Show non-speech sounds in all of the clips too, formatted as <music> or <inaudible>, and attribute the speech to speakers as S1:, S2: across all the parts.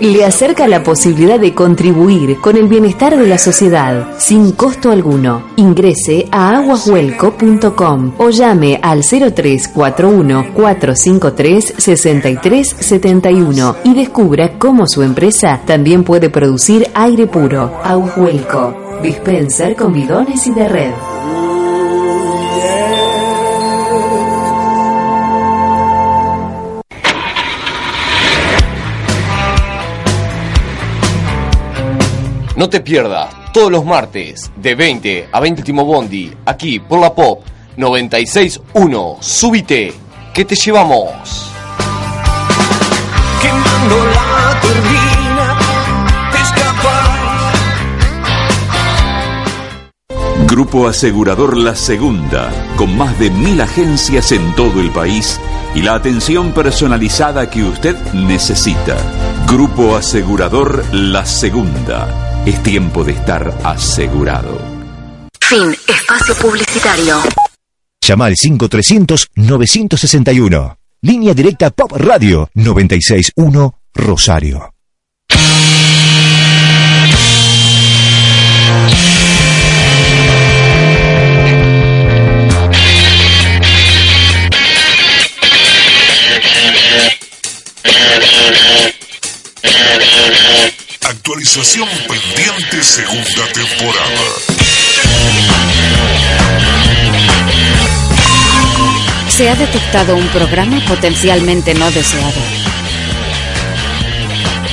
S1: Le acerca la posibilidad de contribuir con el bienestar de la sociedad sin costo alguno. Ingrese a aguashuelco.com o llame al 0341-453-6371 y descubra cómo su empresa también puede producir aire puro. Aguashuelco, dispenser con bidones y de red.
S2: No te pierdas todos los martes de 20 a 20 Timo Bondi, aquí por la Pop 96.1. Súbite, que te llevamos.
S3: quemando la turbina, te escapas.
S4: Grupo Asegurador La Segunda, con más de mil agencias en todo el país y la atención personalizada que usted necesita. Grupo Asegurador La Segunda. Es tiempo de estar asegurado.
S5: Fin. Espacio publicitario.
S6: Llama al 5300-961. Línea directa Pop Radio 961 Rosario.
S7: Actualización pendiente segunda temporada.
S8: Se ha detectado un programa potencialmente no deseado.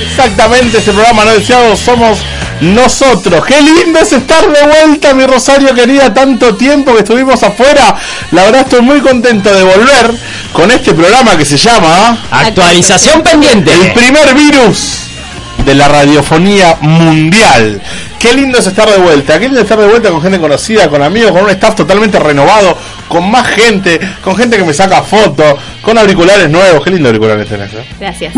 S9: Exactamente, ese este programa no deseado somos nosotros. Qué lindo es estar de vuelta, mi Rosario querida. Tanto tiempo que estuvimos afuera. La verdad estoy muy contento de volver con este programa que se llama
S10: Actualización Pendiente.
S9: El primer virus de la radiofonía mundial. Qué lindo es estar de vuelta. Qué lindo estar de vuelta con gente conocida, con amigos, con un staff totalmente renovado, con más gente, con gente que me saca fotos, con auriculares nuevos. Qué lindo auriculares tenés. ¿eh?
S11: Gracias.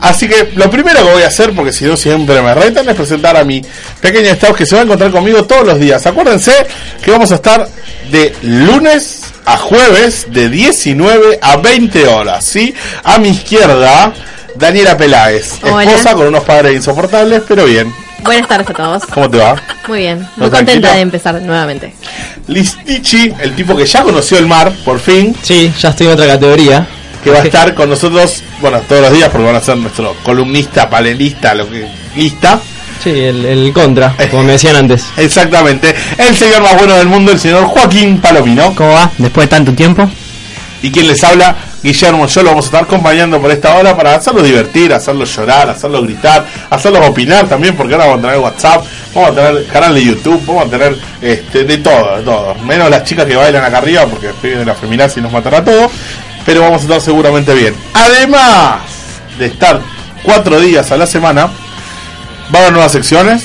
S9: Así que lo primero que voy a hacer, porque si no siempre me retan, es presentar a mi pequeño staff que se va a encontrar conmigo todos los días. Acuérdense que vamos a estar de lunes a jueves de 19 a 20 horas, ¿sí? A mi izquierda, Daniela Peláez,
S11: Hola.
S9: esposa con unos padres insoportables, pero bien.
S11: Buenas tardes a todos.
S9: ¿Cómo te va?
S11: Muy bien.
S9: ¿No
S11: Muy contenta
S9: tranquilo?
S11: de empezar nuevamente.
S9: Listichi, el tipo que ya conoció el mar, por fin.
S10: Sí, ya estoy en otra categoría.
S9: Que va a estar con nosotros, bueno, todos los días, porque van a ser nuestro columnista, panelista, lo que lista.
S10: Sí, el, el contra, como me decían antes.
S9: <laughs> Exactamente. El señor más bueno del mundo, el señor Joaquín Palomino.
S10: ¿Cómo va? Después de tanto tiempo.
S9: Y quien les habla, Guillermo, yo lo vamos a estar acompañando por esta hora para hacerlos divertir, hacerlos llorar, hacerlos gritar, hacerlos opinar también, porque ahora vamos a tener WhatsApp, vamos a tener canal de YouTube, vamos a tener este, de todo, de todo. Menos las chicas que bailan acá arriba, porque después de la feminazi nos matará todo, pero vamos a estar seguramente bien. Además de estar cuatro días a la semana, va a haber nuevas secciones.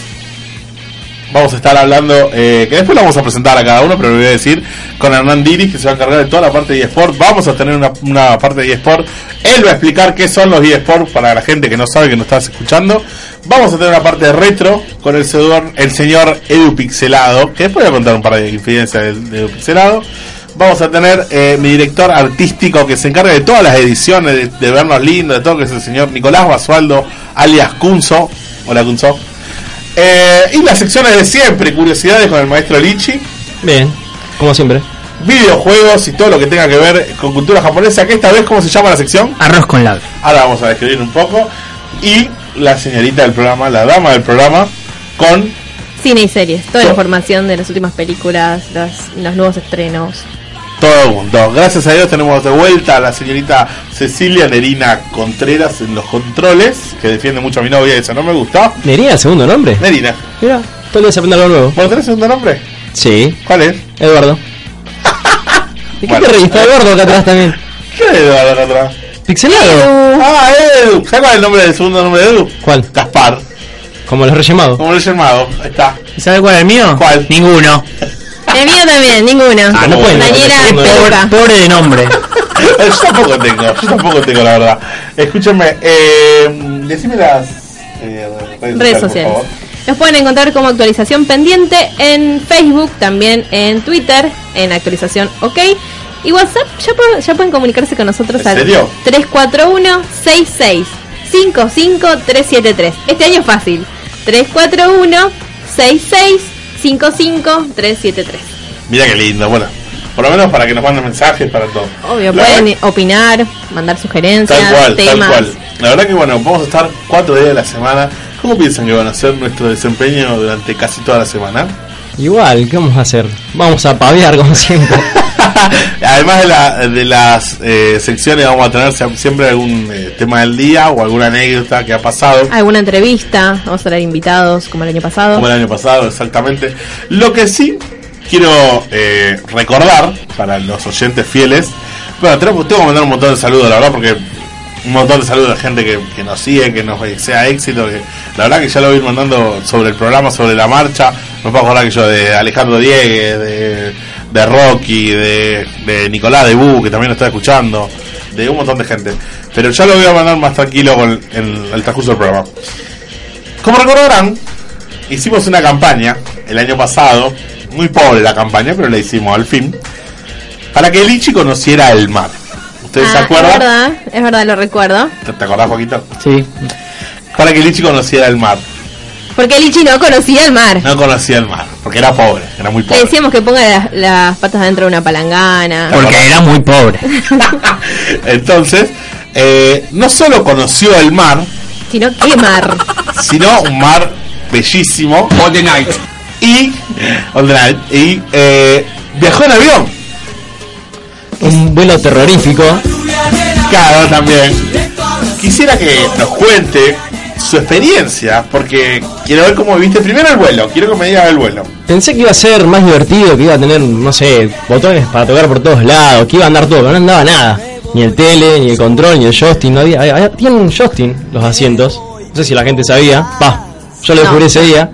S9: Vamos a estar hablando, eh, que después lo vamos a presentar a cada uno, pero lo voy a decir con Hernán Diris, que se va a encargar de toda la parte de eSport. Vamos a tener una, una parte de eSport. Él va a explicar qué son los eSport para la gente que no sabe, que no estás escuchando. Vamos a tener una parte de retro con el señor, el señor Edu Pixelado, que después voy a contar un par de infidencias del de Edu Pixelado. Vamos a tener eh, mi director artístico que se encarga de todas las ediciones, de, de vernos lindos, de todo, que es el señor Nicolás Basualdo, alias Kunzo. Hola Kunzo. Eh, y las secciones de siempre, curiosidades con el maestro Lichi,
S10: Bien, como siempre.
S9: videojuegos y todo lo que tenga que ver con cultura japonesa, que esta vez, ¿cómo se llama la sección?
S10: Arroz con lado.
S9: Ahora vamos a describir un poco. Y la señorita del programa, la dama del programa, con
S11: Cine y series. Toda la
S9: Todo.
S11: información de las últimas películas, las- los nuevos estrenos.
S9: todo el mundo. Gracias a Dios tenemos de vuelta a la señorita Cecilia Nerina Contreras en los controles, que defiende mucho a mi novia, eso no me gusta.
S10: ¿Nería el segundo nombre?
S9: Nerina,
S10: Mira, todo el día se aprende algo nuevo.
S9: ¿vos tenés segundo nombre?
S10: Sí,
S9: ¿Cuál es?
S10: Eduardo. ¿De qué
S9: Bueno.
S10: te reís? Está Eduardo acá atrás también.
S9: ¿Qué es Eduardo acá atrás?
S10: Pixelado.
S9: Ah, Edu. ¿Sabes cuál es el nombre del segundo nombre de Edu?
S10: ¿Cuál?
S9: Gaspar.
S10: Como los rellamados.
S9: Como los rellamados, ahí está.
S12: ¿Sabe cuál es el mío? ¿Cuál? Ninguno.
S11: El mío también, ninguno.
S12: Ah, no puede.
S11: Daniela,
S12: Es pobre, pobre de nombre.
S9: <laughs> yo tampoco tengo, yo tampoco tengo, la verdad. Escúchame, eh, decime las eh,
S11: redes sociales.
S9: por favor.
S11: Nos pueden encontrar como actualización pendiente en Facebook, también en Twitter, en actualización OK. Y WhatsApp, ya, pu- ya pueden comunicarse con nosotros
S9: ¿En
S11: al
S9: serio?
S11: 341-66-55373. Este año es fácil. 341-66-55373.
S9: Mira qué lindo, bueno. Por lo menos para que nos manden mensajes, para todo.
S11: Obvio,
S9: La
S11: pueden opinar, mandar sugerencias,
S9: ¿Eh? Tal cual,
S11: temas.
S9: tal cual. La verdad que bueno, vamos a estar cuatro días de la semana. ¿Cómo piensan que van a ser nuestro desempeño durante casi toda la semana?
S10: Igual, ¿qué vamos a hacer? Vamos a paviar como siempre.
S9: <laughs> Además de, la- de las eh, secciones vamos a tener sie- siempre algún eh, tema del día o alguna anécdota que ha pasado.
S11: Alguna entrevista, vamos a tener invitados como el año pasado.
S9: Como el año pasado, exactamente. Lo que sí quiero eh, recordar para los oyentes fieles. Bueno, tenemos- tengo que mandar un montón de saludos, la verdad, porque un montón de saludos de gente que, que nos sigue, que nos sea éxito. que- la verdad que ya lo voy a ir mandando sobre el programa, sobre la marcha. Me puedo acordar que yo de Alejandro Diegue, de, de Rocky, de, de Nicolás de Bu, que también lo está escuchando, de un montón de gente. Pero ya lo voy a mandar más tranquilo con, en el transcurso del programa. Como recordarán, hicimos una campaña el año pasado, muy pobre la campaña, pero la hicimos al fin, para que el Ichi conociera el mar. ¿Ustedes se
S11: Ah, Es
S9: acuerdan?
S11: verdad, es verdad, lo recuerdo.
S9: ¿Te, te acordás, Joaquito?
S10: Sí.
S9: Para que Lichi conociera el mar.
S11: Porque Lichi no conocía el mar.
S10: Ah.
S9: No conocía el mar, porque era pobre, era muy
S11: Le
S9: pobre.
S11: decíamos que ponga las, las patas dentro de una palangana.
S9: era muy pobre. <laughs> Entonces, eh, no solo conoció el mar,
S11: Si no, ¿qué mar?
S9: sino un mar bellísimo. All the night. Y, all the night, y eh, viajó en avión.
S10: Un vuelo terrorífico.
S9: Claro, también. Quisiera que nos cuente su experiencia, porque quiero ver cómo viste primero el vuelo. Quiero que me digas el vuelo.
S10: Pensé que iba a ser más divertido, que iba a tener, no sé, botones para tocar por todos lados, que iba a andar todo, pero no andaba nada. Ni el tele, ni el control, ni el joystick, no había. había- Tienen un joystick los asientos. No sé si la gente sabía. Va, yo lo descubrí ese día.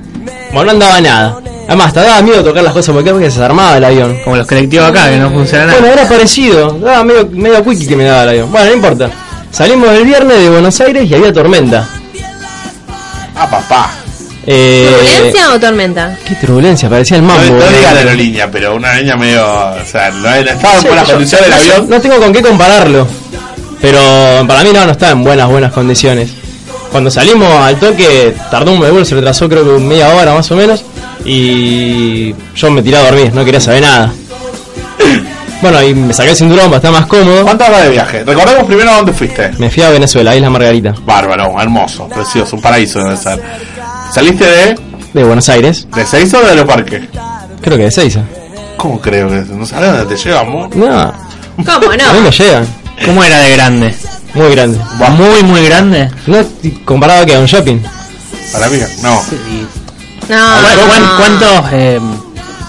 S10: Bueno, no andaba nada. Además, hasta daba miedo tocar las cosas porque creo que se desarmaba el avión. Como los colectivos
S12: acá, que no funciona nada.
S10: Bueno, era parecido. Daba medio, medio quickie que me daba el avión. Bueno, no importa. Salimos el viernes de Buenos Aires y había tormenta.
S9: Ah, papá.
S10: Eh,
S11: ¿Turbulencia o tormenta?
S10: Qué turbulencia, parecía el
S9: No,
S10: mambo.
S9: no
S10: boludo.
S9: diga la aerolínea, pero una aerolínea medio. O sea, no era- estaba
S10: Sí,
S9: por las
S10: yo-
S9: condiciones del
S10: no sé,
S9: avión.
S10: No tengo con qué compararlo. Pero para mí no, no está en buenas, buenas condiciones. Cuando salimos al toque, tardó un vuelo, se retrasó creo que media hora más o menos. Y yo me tiré a dormir, no quería saber nada. Bueno, y me saqué el cinturón para estar más cómodo.
S9: ¿Cuántas horas de viaje? Recordemos primero a dónde fuiste.
S10: Me fui a Venezuela, Isla Margarita.
S9: Bárbaro, hermoso, precioso, un paraíso debe ser. ¿Saliste de.
S10: de Buenos Aires?
S9: ¿De Seiza o de Aeroparque?
S10: Creo que de Seiza.
S9: ¿Cómo creo que es? No sabes dónde te llevamos.
S10: No,
S11: ¿Cómo
S10: a mí
S11: no?
S10: me llegan.
S12: ¿Cómo era de grande?
S10: Muy grande.
S12: Muy, muy grande.
S10: No, comparado que a un shopping.
S9: Para mí, no.
S11: Ah, No,
S12: ¿Cuán- cuán-
S11: no.
S12: ¿Cuántos, eh,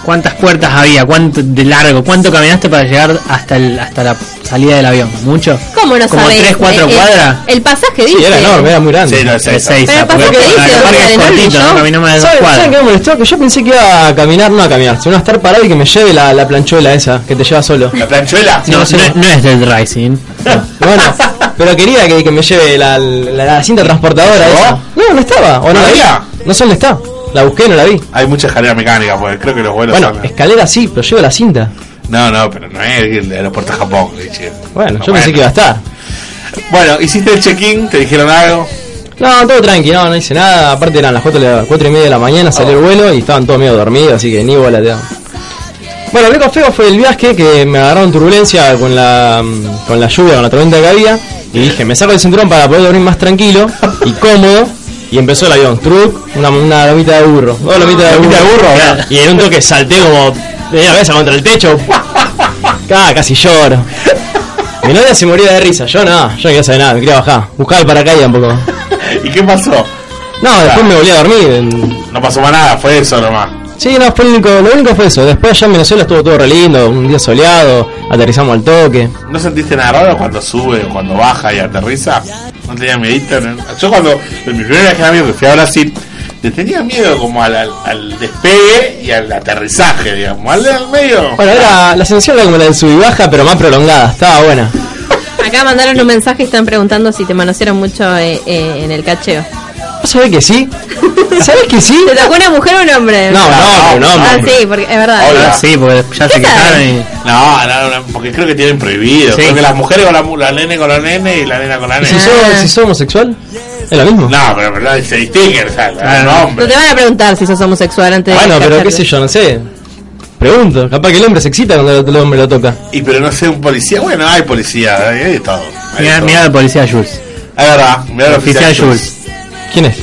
S12: ¿Cuántas puertas había? ¿Cuánto de largo? ¿Cuánto caminaste para llegar hasta el, hasta la salida del avión? ¿Mucho?
S11: ¿Cómo no
S12: ¿Como
S11: sabés?
S12: tres, cuatro
S11: El- el-
S12: cuadras?
S11: El pasaje dice.
S10: grande.
S12: Sí,
S10: no, es
S12: de
S10: esa.
S12: seis,
S11: Pero
S12: ah,
S11: pasa
S12: porque
S11: que
S12: con
S11: dice,
S12: el parque
S11: o sea,
S12: es
S11: enorme,
S12: cortito,
S11: ¿no?
S12: no caminó más de dos
S10: ¿Saben, saben qué
S12: cuadras.
S10: me molestó? Que yo pensé que iba a caminar, no a caminar, sino a estar parado y que me lleve la, la planchuela esa, que te lleva solo.
S9: ¿La planchuela?
S12: No, no, no es del Rising.
S10: <laughs> Bueno, pero quería que, que me lleve la, la, la cinta transportadora esa. No, no estaba. ¿O no,
S9: ¿No
S10: la vi?
S9: había?
S10: No sé dónde está. La busqué, no la vi.
S9: Hay mucha escalera mecánica, porque creo que los vuelos
S10: Bueno,
S9: son-
S10: escalera sí, pero llevo la cinta.
S9: No, no, pero no es el aeropuerto de Japón, Richie.
S10: Bueno,
S9: No,
S10: yo pensé que iba a estar.
S9: Bueno, hiciste el check-in, te dijeron algo.
S10: No, todo tranqui, no, no hice nada. Aparte eran las 4, y media de la mañana, salió el vuelo y estaban todos medio dormidos, así que ni bola te daba. Bueno, lo único feo fue el viaje que me agarraron turbulencia con la, mm, con la lluvia, con la tormenta que había. Y dije, me saco el cinturón para poder dormir más tranquilo y cómodo. Y empezó el avión, truc, una, una lomita de burro, dos lomitas de burro.
S9: ¿Lomita de burro?
S10: Y en un toque salté como de la cabeza contra el techo. Ah, casi lloro. Mi novia se moría de risa, yo no, yo no quería saber nada, me quería bajar. Buscaba el paracaídas un poco.
S9: ¿Y qué pasó?
S10: No, después me volví a dormir. en-
S9: No pasó más nada, fue eso nomás.
S10: Sí, no, fue lo único, lo único fue eso. Después allá en Venezuela estuvo todo re lindo, un día soleado, aterrizamos al toque.
S9: ¿No sentiste nada raro cuando sube, o cuando baja y aterriza? No tenía miedo. Yo cuando, en mi primer viaje de amigo que fui a Brasil, le tenía miedo como al, al, al despegue y al aterrizaje, digamos, al, al medio.
S10: Bueno, era, la sensación era como la del sub y baja, pero más prolongada. Estaba buena.
S11: Acá mandaron un mensaje y están preguntando si te manosearon mucho eh, eh, en el cacheo.
S10: ¿Vos sabés que sí? ¿Sabés que sí?
S11: <laughs> ¿Te tocó una mujer o un hombre?
S10: No, no, no,
S11: Ah,
S10: hombre.
S11: sí, porque es verdad.
S9: Hola.
S12: Sí, porque ya se
S11: ¿Qué
S12: quejaron
S11: tal?
S12: y.
S9: No, no, no, porque creo que tienen prohibido.
S12: Sí.
S9: Creo que las mujeres con la, mu- la nene con la nene y la nena con la
S10: ¿Y
S9: nena.
S10: si
S11: Ah.
S10: sos, si sos homosexual? ¿Es lo mismo?
S9: No, pero, pero se distinguen, o sea, no, hombre.
S11: No te van a preguntar si sos homosexual antes de
S10: Bueno, pero
S11: cacharte.
S10: qué sé yo, Ah, no sé. Pregunto. Capaz que el hombre se excita cuando el hombre lo toca.
S9: Y pero no sé, un policía. Bueno, hay policía, hay, hay de todo. hay de
S12: Mirá,
S9: todo.
S12: mirá al policía Jules.
S9: Es verdad, mirá al
S12: Oficial
S9: oficial
S12: Jules.
S10: ¿Quién es?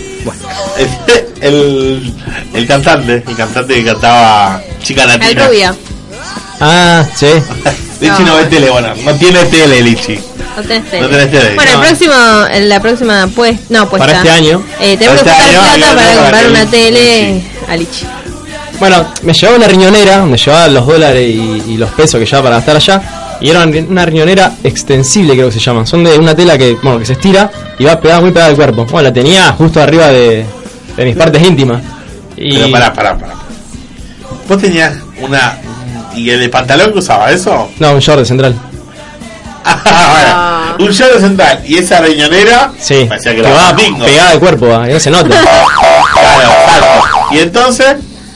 S9: El, el, el cantante, el cantante que cantaba Chica Latina.
S11: Al rubio.
S10: Ah, sí.
S9: <laughs> Lichi no ve tele, bueno, no tiene tele, Lichi.
S11: No tenés tele.
S9: No tenés tele.
S11: Bueno, el
S9: No.
S11: próximo, en la próxima pues, no, puesta.
S10: Para este año.
S11: Eh, tenemos
S10: Para
S11: que
S10: este
S11: juntar
S10: año,
S11: plata
S10: no,
S11: para
S10: no,
S11: comprar
S10: no,
S11: una
S10: no,
S11: tele a Lichi.
S10: Bueno, me llevaba una riñonera, me llevaba los dólares y, y los pesos que llevaba para gastar allá. Y era una ri- una riñonera extensible, creo que se llaman. Son de una tela que, bueno, que se estira y va pegada, muy pegada al cuerpo. Bueno, la tenía justo arriba de, de mis partes íntimas. Y
S9: Pero pará, pará, pará. Vos tenías una. ¿Y el pantalón que usaba eso? <laughs>
S10: No, un short de central.
S9: Ah, bueno. Un short central y esa riñonera.
S10: Sí.
S9: Parecía que
S10: que
S9: era
S10: va
S9: un domingo.
S10: pegada al cuerpo, va, que no se
S9: <laughs>
S10: nota.
S9: Claro, claro. Y entonces.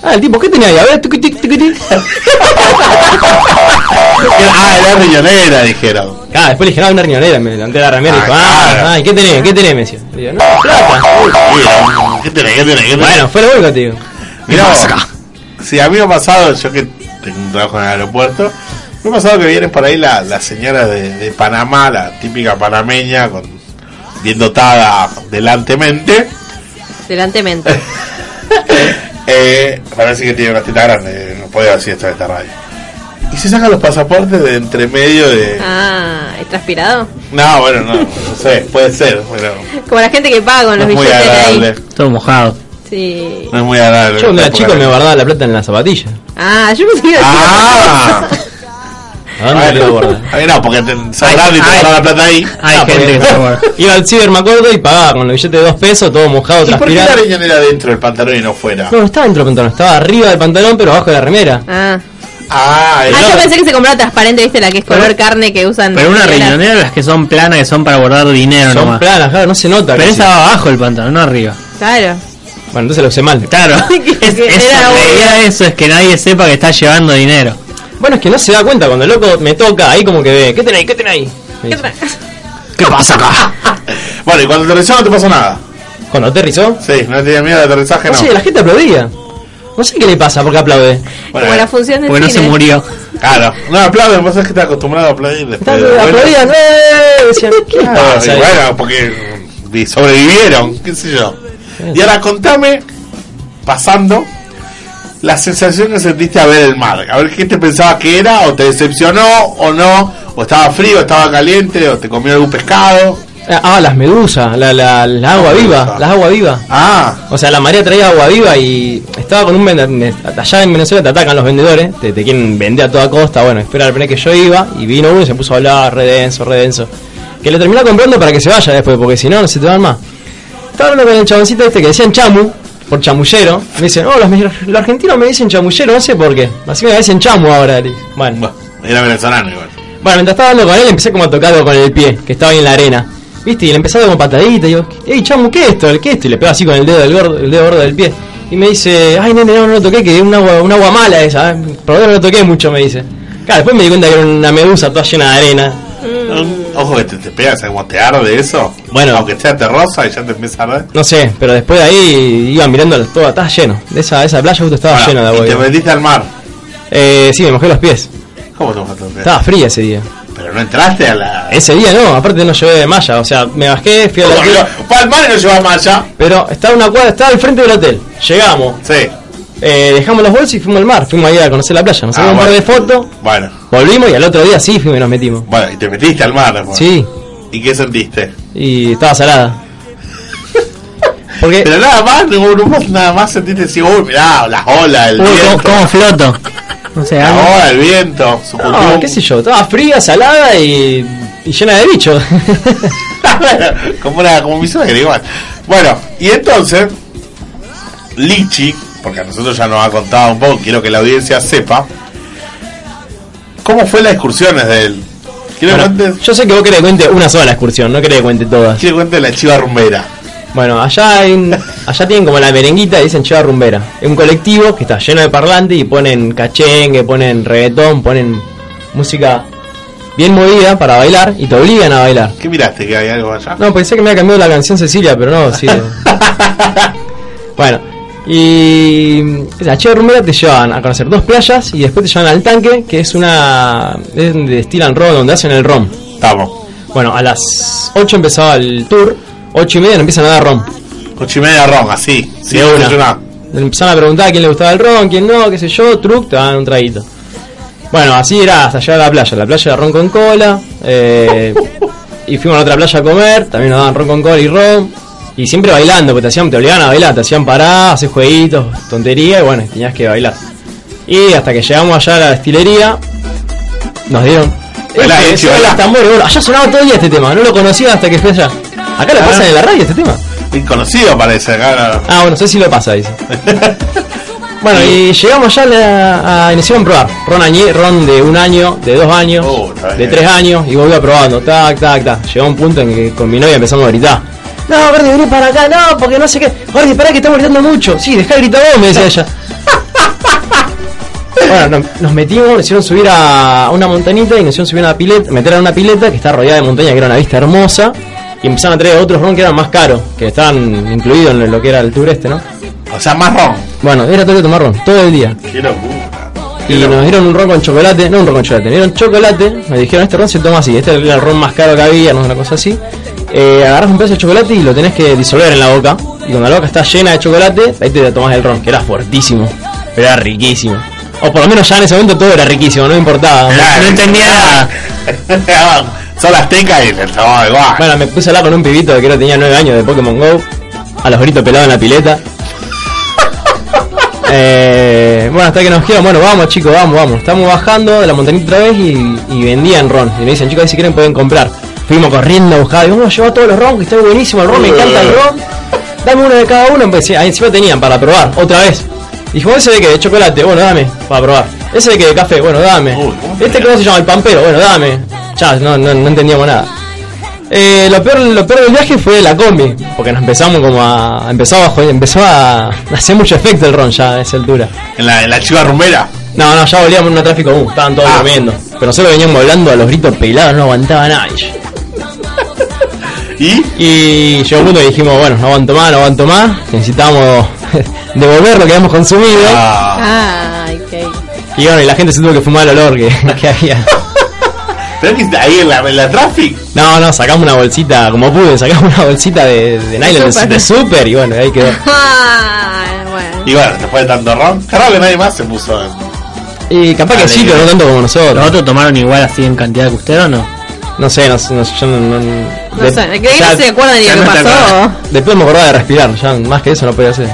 S10: Ah, el tipo, ¿qué tenía ahí? A ver, tuqui, tuqui, tuqui. <laughs>
S9: Ah, era riñonera, dijeron.
S10: Ah, después le dije, no, una riñonera. Me levanté la remera y dijo, ah, ah, ¿y ¿qué tenés? ¿Qué tenés? Me decía. Le digo, no, plata.
S9: ¿Qué tenés? ¿Qué tenés? ¿Qué tenés?
S10: Bueno, fue el tío.
S9: Mirá vos, si a mí me ha pasado, yo que tengo un trabajo en el aeropuerto, me ha pasado que vienen por ahí la, la señora de, de Panamá, la típica panameña, con, bien dotada delantemente.
S11: Delantemente.
S9: <laughs> Eh, parece que tiene una teta grande, no puedo decir esto de esta radio. Y se sacan los pasaportes de entre medio de...
S11: Ah, ¿es transpirado?
S9: No, bueno, no, no sé, puede ser, pero
S11: Como la gente que paga con
S9: no
S11: los
S9: es muy
S11: billetes ahí.
S9: agradable.
S12: Todo mojado.
S11: Sí.
S9: No es muy agradable.
S10: Yo cuando era chico me guardaba la plata en la zapatilla.
S11: Ah, yo pensé que iba a decir
S12: <laughs>
S9: Ah,
S10: ¿A dónde le iba a guardar?
S9: Ah, no, porque te sobraba y te
S10: Ay,
S9: guardaba la plata ahí.
S12: Hay
S10: Ah,
S12: gente que
S10: porque-
S12: se muere.
S10: Iba al ciber, me acuerdo, y pagaba con los billetes de dos pesos, todo mojado,
S9: <laughs> ¿Y por qué
S10: transpirado.
S9: la riñonera dentro del pantalón y no fuera?
S10: No, no estaba dentro del pantalón, estaba arriba del pantalón, pero abajo de la remera.
S11: Ah.
S9: Ah,
S11: Ah,
S9: el
S11: yo
S9: otro-
S11: pensé que se compraba transparente, viste, la que es color carne que usan.
S12: Pero una
S11: en la-
S12: riñonera, las que son planas, que son para guardar dinero
S10: Son
S12: nomás.
S10: planas, claro, no se nota.
S12: Pero
S10: casi.
S12: estaba abajo el pantalón, no arriba.
S11: Claro.
S10: Bueno, entonces lo usé mal. <laughs>
S12: Claro. <laughs> Es-
S11: Que
S12: es-
S11: era
S12: la
S11: obvio.
S12: idea de eso es que nadie sepa que está llevando dinero.
S10: Bueno, es que no se da cuenta, cuando el loco me toca, ahí como que ve, ¿qué tenés? ¿Qué tenés ahí? Me dice.
S12: ¿Qué pasa acá?
S9: Bueno, y cuando aterrizó no te pasó nada.
S10: Cuando aterrizó,
S9: Sí, no tenía miedo de aterrizaje,
S10: no
S9: no.
S10: sé, la gente aplaudía. No sé qué le pasa, porque aplaude.
S9: Bueno,
S11: Como la función de
S12: Porque no se murió.
S9: Claro. No, aplauden, vos sabés que estás acostumbrado a aplaudir después.
S10: Estaba-
S9: Bueno,
S10: Aplaudían, ¡eh! Decían,
S12: Ah,
S10: ¿qué le
S9: claro,
S10: pasa?
S9: y Ah, bueno, porque y sobrevivieron, qué sé yo. Y ahora contame, pasando, la sensación que sentiste a ver el mar. A ver qué te pensabas que era, o te decepcionó, o no, o estaba frío, o estaba caliente, o te comió algún pescado.
S10: Ah, las medusas, la, la, la agua viva, las agua viva.
S9: Ah,
S10: O sea, la María traía agua viva y estaba con un vendedor. Allá en Venezuela te atacan los vendedores, te, te quieren vender a toda costa. Bueno, espera al primer que yo iba y vino uno y se puso a hablar, redenso, redenso. Que lo terminó comprando para que se vaya después, porque si no, no se te van más. Estaba hablando con el chaboncito este que decían chamu, por chamullero. Me dicen, oh, los, me- los argentinos me dicen chamullero, no sé por qué. Así me dicen chamu ahora. Le dije, Bueno.
S9: bueno, era venezolano igual.
S10: Bueno, mientras estaba hablando con él, empecé como a tocarlo con el pie, que estaba ahí en la arena. ¿Viste? Y le empecé a dar como patadita. Y digo, hey, chamo, ¿qué es esto? ¿Qué es esto? Y le pego así con el dedo, del gordo, el dedo gordo del pie. Y me dice, ay, nene, no, no lo toqué, que es un agua, un agua mala esa. ¿eh? Por ahora no lo toqué mucho, me dice. Claro, después me di cuenta que era una medusa toda llena de arena.
S9: Ojo que te, te pegas como te arde eso.
S10: Mm. Bueno.
S9: Aunque sea terrosa y ya te empieza a arder.
S10: No sé, pero después de ahí iba mirando todo, estaba lleno. De esa, esa playa justo estaba
S9: Bueno,
S10: llena de agua.
S9: y te
S10: viva.
S9: metiste al mar.
S10: Eh, sí, me mojé los pies.
S9: ¿Cómo te mojaste? los pies?
S10: Estaba fría ese día.
S9: Pero no entraste a
S10: <laughs>
S9: la.
S10: Ese día no, aparte no llevé malla. O sea, me bajé, fui a la...
S9: ¿Cómo que Oh, no? Fue al mar y no llevaba malla.
S10: Pero estaba una cuadra, estaba al frente del hotel. Llegamos,
S9: Sí.
S10: Eh, dejamos los bolsos y fuimos al mar. Fuimos ahí a conocer la playa. Nos
S9: Ah,
S10: sacamos un par de
S9: bueno.
S10: fotos.
S9: Bueno,
S10: Volvimos y al otro día sí fuimos y nos metimos.
S9: bueno, y te metiste al mar. amor.
S10: Sí,
S9: ¿Y qué sentiste?
S10: y estaba salada. Porque,
S9: Pero nada más, no, no más- nada más sentiste así, uy, mirá, las olas, el
S12: Uy, ¿cómo,
S9: viento.
S12: cómo floto? No sé,
S9: La
S12: algo-
S9: ola, el viento, su
S10: no, qué sé
S9: <laughs>
S10: yo, estaba fría, salada y, y llena de bichos.
S9: como una como mi suegra igual. Bueno, y entonces Lichi, porque a nosotros ya nos ha contado un poco, quiero que la audiencia sepa, ¿cómo fue las excursiones de él? Quiero
S10: Bueno, yo sé que vos querés que cuente una sola excursión, no querés que cuente todas.
S9: Quiero que cuente la chiva rumbera.
S10: Bueno, allá en- allá tienen como la merenguita y dicen chiva rumbera. Es un colectivo que está lleno de parlantes y ponen cachengue, ponen reggaetón, ponen música bien movida para bailar y te obligan a bailar.
S9: ¿Qué miraste que hay algo allá?
S10: No, pensé que me había cambiado la canción Cecilia, pero no, sí. bueno, y la chiva rumbera te llevan a conocer dos playas y después te llevan al tanque, que es una. es donde destilan ron, donde hacen el rom.
S9: Estamos.
S10: Bueno, a las 8 empezaba el tour, 8 y media no empiezan a dar rom.
S9: 8 y media rom, así,
S10: sí, Empezaron a preguntar a quién le gustaba el ron, quién no, qué sé yo, truc, te daban un traguito. Bueno, así era hasta llegar a la playa. La playa era ron con cola. eh, y fuimos a otra playa a comer. También nos daban ron con cola y ron. Y siempre bailando, porque te, hacían, te obligaban a bailar. Te hacían parar, hacer jueguitos, tonterías. Y bueno, tenías que bailar. Y hasta que llegamos allá a la destilería, nos dieron.
S9: Bailá,
S10: Este,
S9: Echi,
S10: suena
S9: bailá.
S10: los tambores, boludo. Allá sonaba todo el día este tema. No lo conocía hasta que fue allá. Acá lo
S9: Ah.
S10: pasan en la radio este tema.
S9: Inconocido parece acá.
S10: Ah, bueno, no sé si lo pasa, dice. bueno, y llegamos ya a, la, a nos hicieron probar. Ron, añe- ron de un año, de dos años, de tres años, y volvió probando. Tac, tac, tac. Llegó un punto en que con mi novia empezamos a gritar. No, Gordi, vení para acá, no, porque no sé qué. Gordi, pará que estamos gritando mucho. Sí, dejá de gritar vos, me decía ella. Bueno, nos, nos metimos, nos hicieron subir a una montañita y nos hicieron subir a una pileta, meter a una pileta que está rodeada de montaña, que era una vista hermosa. Y empezaron a traer otros ron que eran más caros, que estaban incluidos en lo que era el tour este, ¿no?
S9: O sea, más ron.
S10: Bueno, era todo que tomar ron, todo el día.
S9: Qué locura.
S10: Y nos dieron un ron con chocolate, no un ron con chocolate, nos dieron chocolate, nos dijeron este ron se toma así, este era el ron más caro que había, no una cosa así. Eh, agarras un pedazo de chocolate y lo tenés que disolver en la boca. Y cuando la boca está llena de chocolate, ahí te tomás el ron, que era fuertísimo, pero era riquísimo. O por lo menos ya en ese momento todo era riquísimo, no me importaba. No,
S9: <laughs>
S10: entendía nada.
S9: Son las tecas y el sabor igual.
S10: Bueno, me puse a hablar con un pibito que creo que tenía 9 años de Pokémon GO, a los gritos pelados en la pileta. Eh, bueno, hasta que nos dijeron, bueno, vamos chicos, vamos, vamos. Estamos bajando de la montañita otra vez y, y vendían ron. Y me dicen, chicos, ahí si quieren pueden comprar. Fuimos corriendo a buscar, digo, vamos, lleva todos los ron, que está buenísimo el ron, me encanta el ron. Dame uno de cada uno, pues sí, ahí encima tenían para probar, otra vez. Dijo, ese de que de chocolate, bueno, dame, para probar. Ese de que de café, bueno, dame. este que no se llama el pampero, bueno, dame. Ya, no, no, no entendíamos nada. Eh, lo, peor, lo peor del viaje fue la combi, porque nos empezamos como a. Empezó a, joder, empezó a. <laughs> Hacía mucho efecto el ron ya a esa altura.
S9: En la, en la chiva rumbera.
S10: No, no, ya volvíamos en un tráfico común, estaban todos durmiendo. Pero nosotros veníamos hablando a los gritos pelados, no aguantaba nadie.
S9: ¿Y?
S10: Y llegó un punto que dijimos, bueno, no aguanto más, no aguanto más, necesitamos <laughs> devolver lo que habíamos consumido.
S12: Ah.
S9: ah,
S10: Ah.
S11: Ay, qué.
S10: Y bueno, y la gente se tuvo que fumar
S12: <laughs>
S10: el olor que, que había.
S9: ¿Pero que ahí en la, en la traffic?
S10: No, no, sacamos una bolsita, como pude, sacamos una bolsita de, de nylon de,
S9: súper.
S10: de super y bueno, ahí quedó.
S11: Ay, bueno.
S9: Y bueno, después de tanto ron, claro que nadie más se puso. en-
S10: Y capaz que sí, pero no tanto como nosotros.
S12: ¿Los otros tomaron igual así en cantidad que usted o no?
S10: No sé, no, sé, no sé, yo no. No,
S11: No sé, creo que no se
S10: Ah,
S11: acuerda ni lo que pasó.
S10: Después me acordaba de respirar, ya más que eso no
S11: <laughs>
S10: podía hacer.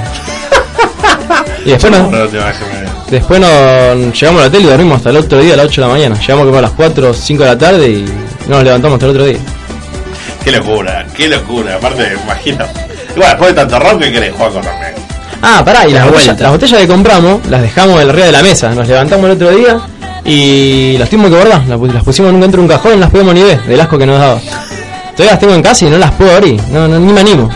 S10: y después nos,
S9: No, te vas a comer.
S10: después nos llegamos al hotel y dormimos hasta el otro día a las 8 de la mañana. Llegamos como a las 4 o 5 de la tarde y no nos levantamos hasta el otro día.
S9: Qué locura, qué locura. Aparte, me imagino. Y bueno, después de tanto ron, ¿qué querés jugar con también?
S10: Ah, pará, y
S9: La
S10: las botellas,
S9: vuelta.
S10: las botellas que compramos las dejamos en arriba de la mesa. Nos levantamos el otro día y las tuvimos que guardar. Las, pu- las pusimos nunca dentro de un cajón, no las podíamos ni ver del asco que nos daba. Todavía las tengo en casa y no las puedo abrir. No, no, ni me animo.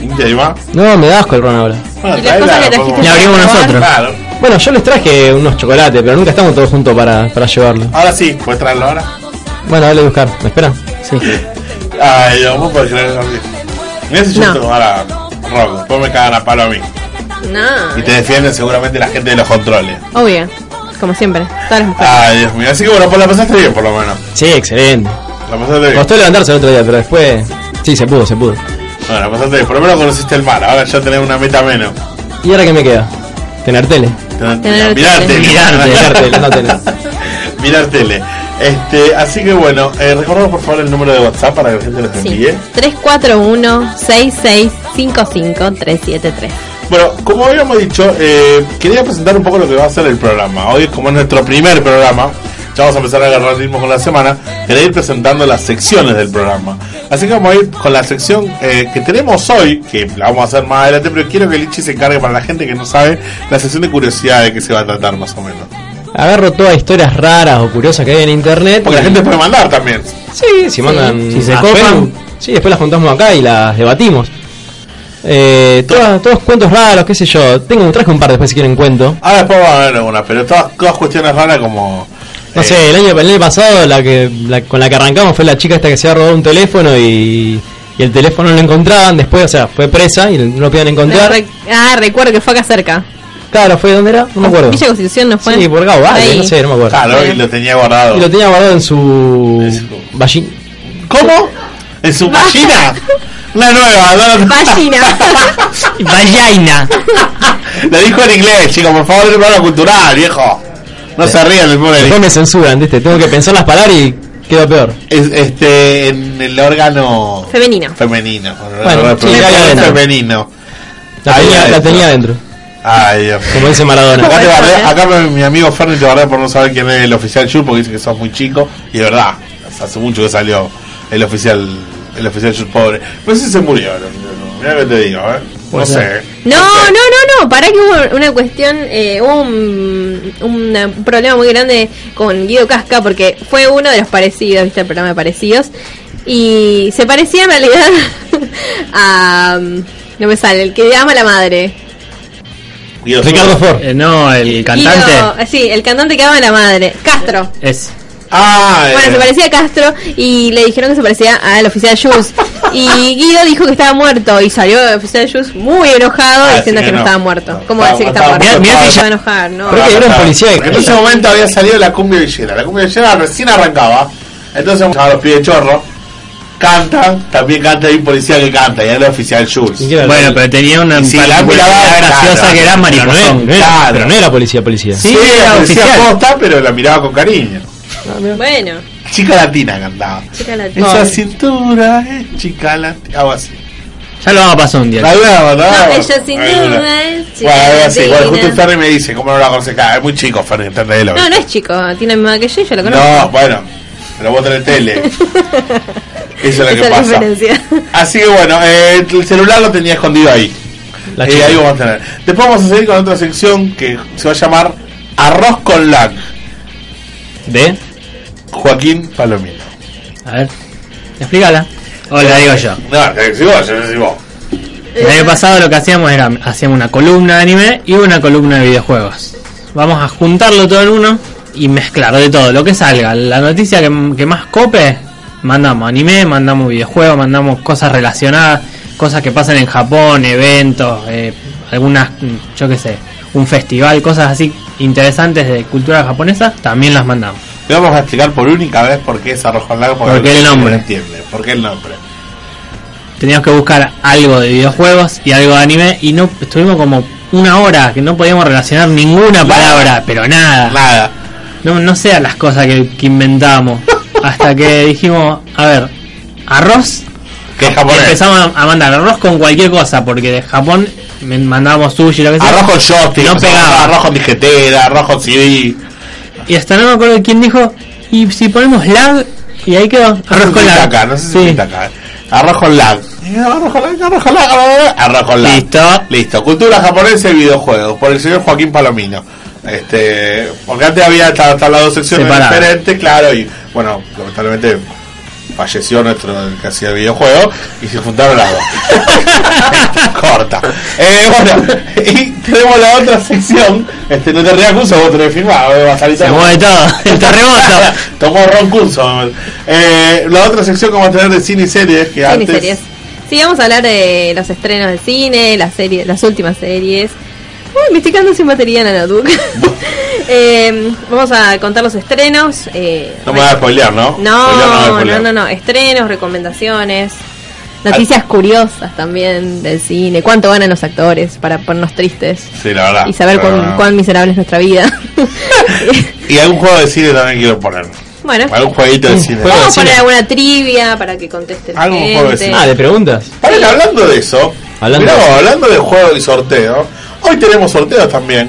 S9: ¿Y más?
S10: No, me da asco el ron ahora.
S9: Bueno, traela, podemos- Claro.
S10: Bueno, yo les traje unos chocolates, pero nunca estamos todos juntos para, para llevarlo.
S9: Ahora sí, puedes traerlo ahora.
S10: Bueno, dale a buscar. ¿Me esperan? Sí.
S9: Ay, yo no puedo creer eso. Mira si yo
S11: No.
S9: tomara ron, después me cagan a palo a mí.
S11: No.
S9: Y te defienden seguramente la gente de los controles.
S11: Obvio. Como siempre. Todas las mujeres.
S9: Ay, Dios mío. Así que bueno, pues la pasaste bien por lo menos.
S10: Sí, excelente.
S9: La pasaste bien.
S10: Costó levantarse el otro día, pero después. Sí, se pudo, se pudo.
S9: Bueno, la pasaste bien. Por lo menos conociste el mar. Ahora ya tenés una meta menos.
S10: ¿Y ahora qué me queda? Tener tele.
S9: Tener mirar tele.
S10: Mirar tele, no tele.
S9: <laughs> Mirar tele. Este, así que bueno, eh, recordamos por favor el número de WhatsApp para que la gente nos envíe.
S11: 341-6655-373.
S9: Bueno, como habíamos dicho, eh, quería presentar un poco lo que va a ser el programa. Hoy, como es nuestro primer programa, ya vamos a empezar a agarrar ritmo con la semana. Quería ir presentando las secciones del programa. Así que vamos a ir con la sección eh, que tenemos hoy, que la vamos a hacer más adelante, pero quiero que Lichi se encargue para la gente que no sabe la sección de curiosidad de que se va a tratar más o menos.
S10: Agarro todas historias raras o curiosas que hay en internet.
S9: Porque la gente puede mandar también.
S10: Sí, si mandan.
S9: Si se
S10: a
S9: copan.
S10: Facebook, Sí, después las juntamos acá y las debatimos. Eh, todas- todos cuentos raros, qué sé yo. Tengo, traje un par después si quieren cuento.
S9: Ahora después vamos a ver alguna, pero todas, todas cuestiones raras como... Eh.
S10: No sé, el año, el año pasado la que, la- con la que arrancamos fue la chica esta que se había robado un teléfono y, y el teléfono no lo encontraban. Después, o sea, fue presa y no lo podían
S11: No,
S10: encontrar.
S11: re- ah, recuerdo que fue acá cerca.
S10: Claro, ¿fue dónde era? No me acuerdo.
S11: Villa Constitución no fue.
S10: Oh. Sí, por Gabo Valle,
S11: Ahí.
S10: no sé, no me acuerdo.
S9: Claro, y lo tenía guardado.
S10: Y lo tenía guardado en su. Vallín. <laughs>
S9: ¿Cómo? ¿En su vagina? Una nueva, no,
S12: Vagina.
S9: Lo dijo en inglés, chicos, por favor, es un programa cultural, viejo. No se rían, el pobre.
S10: Después me censuran, ¿viste? Tengo que pensar las palabras y quedo peor.
S9: Es- este, en el órgano
S11: Femenino.
S9: femenino.
S10: Bueno,
S9: el
S10: sí, ahí
S9: órgano
S10: adentro.
S9: femenino.
S10: La
S9: Ahí
S10: tenía, la
S9: adentro.
S10: tenía adentro.
S9: Ay, Dios.
S10: Como dice Maradona.
S9: Acá, te
S11: ¿Eh?
S9: bardea- acá mi- mi amigo Ferni te bardea por no saber quién es el oficial Yu porque dice que sos muy chico. Y de verdad, hace mucho que salió el oficial el oficial Yu pobre. Pero si se murió. Mira que te digo, ¿eh? No
S10: Puede
S9: sé.
S10: ser.
S11: No, no, no, no, para que hubo una cuestión, eh, hubo un, un problema muy grande con Guido Casca porque fue uno de los parecidos, viste el programa de parecidos, y se parecía en realidad a... um, No me sale, el que ama a la madre.
S12: Ricardo Ford. Eh, no, el cantante
S11: Guido- eh, sí, el cantante que ama a la madre, Castro.
S12: es.
S9: Ah,
S11: Bueno, se parecía a Castro y le dijeron que se parecía al oficial Jules. Y Guido dijo que estaba muerto y salió el oficial Jules muy enojado
S9: Ah,
S11: diciendo
S9: sí,
S11: que no,
S9: no.
S11: estaba muerto. ¿Cómo va a
S9: Estaba-
S11: decir que estaba
S9: estaba
S11: muerto? No
S9: muerto,
S11: se
S9: estaba-
S11: va a enojar, no.
S10: Creo que era un policía de
S9: En ese momento había salido la cumbia villera. La cumbia villera recién arrancaba. Entonces vamos a los pies de chorro. Cantan, también canta hay un policía que canta, y era el oficial Jules.
S12: Bueno, pero tenía una
S9: Y si la
S12: particularidad
S9: miraba,
S12: graciosa
S9: claro.
S12: que era
S10: Pero no, era,
S12: mariposón.
S10: no era-
S9: Claro.
S10: pero no era policía, policía.
S9: Sí, era policía posta, pero la miraba con cariño.
S11: Bueno,
S9: Chica latina cantaba.
S11: chica la
S9: Esa cintura es chica latina. Algo así.
S12: Ya lo vamos a pasar un día.
S9: Alguna, ¿no?
S11: No, ella sin
S9: Alguna.
S11: duda es chica
S9: Bueno, algo así.
S11: latina.
S9: Bueno, justo el Ferry me dice, ¿cómo no la conoces? Claro, es muy chico, Ferry, entendés lo que-
S11: No, no es chico, tiene más que yo, yo lo conozco.
S9: No, bueno, pero vos
S11: <laughs>
S9: tenés tele. Eso es lo
S11: Esa es
S9: que
S11: la
S9: pasa.
S11: diferencia.
S9: Así que bueno, eh, el celular lo tenía escondido ahí.
S10: La
S9: Eh,
S10: chica.
S9: ahí vamos a tener. Después vamos a seguir con otra sección que se va a llamar Arroz con lag.
S10: ¿De?
S9: Joaquín Palomino.
S12: A ver, explícala. O la digo yo.
S9: No, te decís vos, yo te decís vos.
S12: El año pasado lo que hacíamos era hacíamos una columna de anime y una columna de videojuegos. Vamos a juntarlo todo en uno y mezclar de todo, lo que salga. La noticia que, que más cope, mandamos anime, mandamos videojuegos, mandamos cosas relacionadas, cosas que pasan en Japón, eventos, eh, algunas, mm, yo qué sé, un festival, cosas así interesantes de cultura japonesa, también las mandamos.
S9: Le vamos a explicar por única vez por qué es arroz con lag.
S12: ¿Por qué el nombre?
S9: No entiende, por qué el nombre.
S12: teníamos que buscar algo de videojuegos y algo de anime y no estuvimos como una hora que no podíamos relacionar ninguna palabra, pero nada.
S9: Nada.
S12: No, no sean las cosas que, que
S9: <laughs>
S12: inventábamos. Hasta que dijimos, a ver, arroz.
S9: Que es
S12: Y
S9: japonés.
S12: empezamos a a mandar arroz con cualquier cosa, porque de Japón me- mandábamos sushi, lo que sea.
S9: Arroz con joystick,
S12: No
S9: empezamos
S12: pegaba.
S9: a arroz con disquetera, arroz con CD.
S12: Y hasta no me acuerdo quién dijo, y si ponemos lag, y ahí quedó, arroz con lag.
S9: Acá, no sé si pinta acá. Arroz con lag. Arroz con lag, arroz con lag, arroz con lag.
S12: Listo.
S9: Listo. Cultura japonesa y videojuegos. Por el señor Joaquín Palomino. Este, porque antes había hasta, hasta las dos secciones
S12: Separado.
S9: diferentes, claro. Y bueno, lamentablemente falleció nuestro que hacía videojuegos y se juntaron las
S12: <laughs>
S9: dos. Corta. Eh, bueno, y tenemos la otra sección. Este, no te rías, Cuso, vos tenés firmado. eh, va a salir
S12: Se mueve todo, el
S9: <laughs>
S12: terremoto.
S9: Tomó Ron Curso. Eh, la otra sección que vamos a tener de cine y series que
S11: Cine y
S9: antes.
S11: series. Sí, vamos a hablar de los estrenos de cine, las series, las últimas series. Uy, me estoy quedando sin batería en la notebook.
S10: <laughs>
S11: <laughs> Eh, vamos a contar los estrenos. eh,
S9: No me vas a spoilear, ¿no? Spoilear me vas a
S11: no, no,
S9: spoilear.
S11: no, no. Estrenos, recomendaciones,
S10: Ah.
S11: noticias curiosas también del cine. ¿Cuánto ganan los actores para ponernos tristes?
S9: Sí, la
S10: Ah,
S9: verdad.
S11: Y saber
S9: Pero
S11: cuán,
S9: no.
S11: cuán miserable es nuestra
S10: <laughs>
S11: vida.
S9: Y algún juego de cine también quiero poner.
S11: bueno,
S9: Algún jueguito de cine.
S11: ¿Eh? vamos a poner alguna trivia para que conteste la
S9: Algún juego de
S11: gente.
S9: cine.
S10: Ah, ¿de preguntas?
S9: Paren, hablando de eso.
S10: Hablando
S9: mirá
S10: de
S9: vos,
S10: eso.
S9: hablando de juego y sorteo. Hoy tenemos sorteos también.